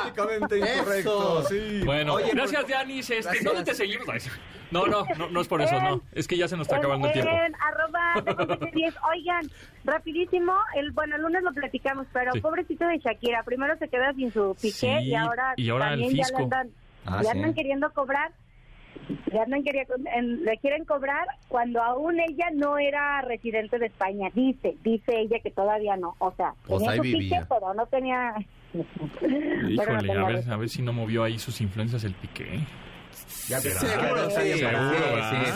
Speaker 4: Políticamente incorrecto, sí.
Speaker 2: Bueno,
Speaker 4: Oye,
Speaker 2: gracias, Yanis. Este, ¿Dónde te seguimos? Ay, sí. No, no, no, no es por eso, no. Es que ya se nos está
Speaker 11: En-
Speaker 2: acabando el tiempo.
Speaker 11: en arroba Deportes 10. Oigan, rapidísimo, el bueno, el lunes lo platicamos, pero
Speaker 2: Sí.
Speaker 11: pobrecito de Shakira, primero se queda sin su piqué
Speaker 2: Sí,
Speaker 11: y ahora,
Speaker 2: y ahora el
Speaker 11: también ya le
Speaker 2: fisco.
Speaker 11: andan,
Speaker 2: Ah,
Speaker 11: le
Speaker 2: sí.
Speaker 11: andan queriendo cobrar. Le, andan queria- en- le quieren cobrar cuando aún ella no era residente de España, dice, dice ella que todavía no, o sea,
Speaker 2: Pues
Speaker 11: tenía
Speaker 2: ahí
Speaker 11: su
Speaker 2: vivía.
Speaker 11: pique, pero no tenía... pero no
Speaker 2: Híjole,
Speaker 11: tenía
Speaker 2: a ver, a ver si no movió ahí sus influencias el piqué.
Speaker 4: Ya
Speaker 2: ¿Será?
Speaker 3: seguro, sí,
Speaker 2: Seguro,
Speaker 3: sí,
Speaker 2: ¿verdad?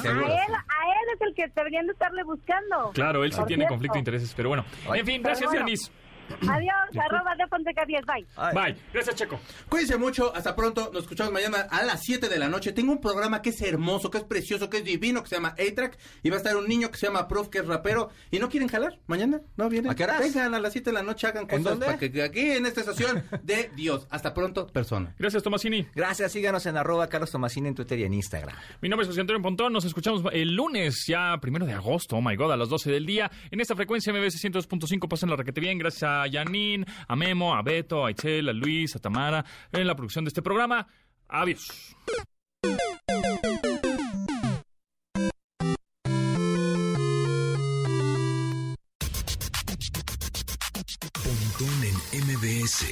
Speaker 3: sí,
Speaker 11: A él, a él es el que deberían de estarle buscando.
Speaker 2: Claro, él sí
Speaker 11: Por
Speaker 2: tiene
Speaker 11: cierto.
Speaker 2: conflicto de intereses, pero bueno. En fin,
Speaker 11: Pero
Speaker 2: gracias,
Speaker 11: bueno.
Speaker 2: Yanis.
Speaker 11: Adiós, arroba de Fonseca 10, bye.
Speaker 2: Bye. Gracias, Checo.
Speaker 3: Cuídense mucho, hasta pronto, nos escuchamos mañana a las 7 de la noche. Tengo un programa que es hermoso, que es precioso, que es divino, que se llama A-Track, y va a estar un niño que se llama Prof, que es rapero, y no quieren jalar, mañana, no vienen.
Speaker 4: ¿A qué horas?
Speaker 3: Vengan a las 7 de la noche, hagan cosas
Speaker 4: dónde?
Speaker 3: para que aquí en esta estación de Dios. Hasta pronto, persona.
Speaker 2: Gracias, Tomasini.
Speaker 4: Gracias, síganos en arroba Carlos Tomasini en Twitter y en Instagram.
Speaker 2: Mi nombre es José Antonio Pontón. Nos escuchamos eh, el lunes, ya primero de agosto. Oh my God, a las 12 del día. En esta frecuencia MBS 102.5. Pasen la raquete bien. Gracias a Yanin, a Memo, a Beto, a Itzel, a Luis, a Tamara en la producción de este programa. Adiós.
Speaker 1: Pontón en MBS.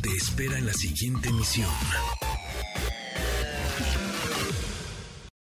Speaker 1: Te espera en la siguiente emisión.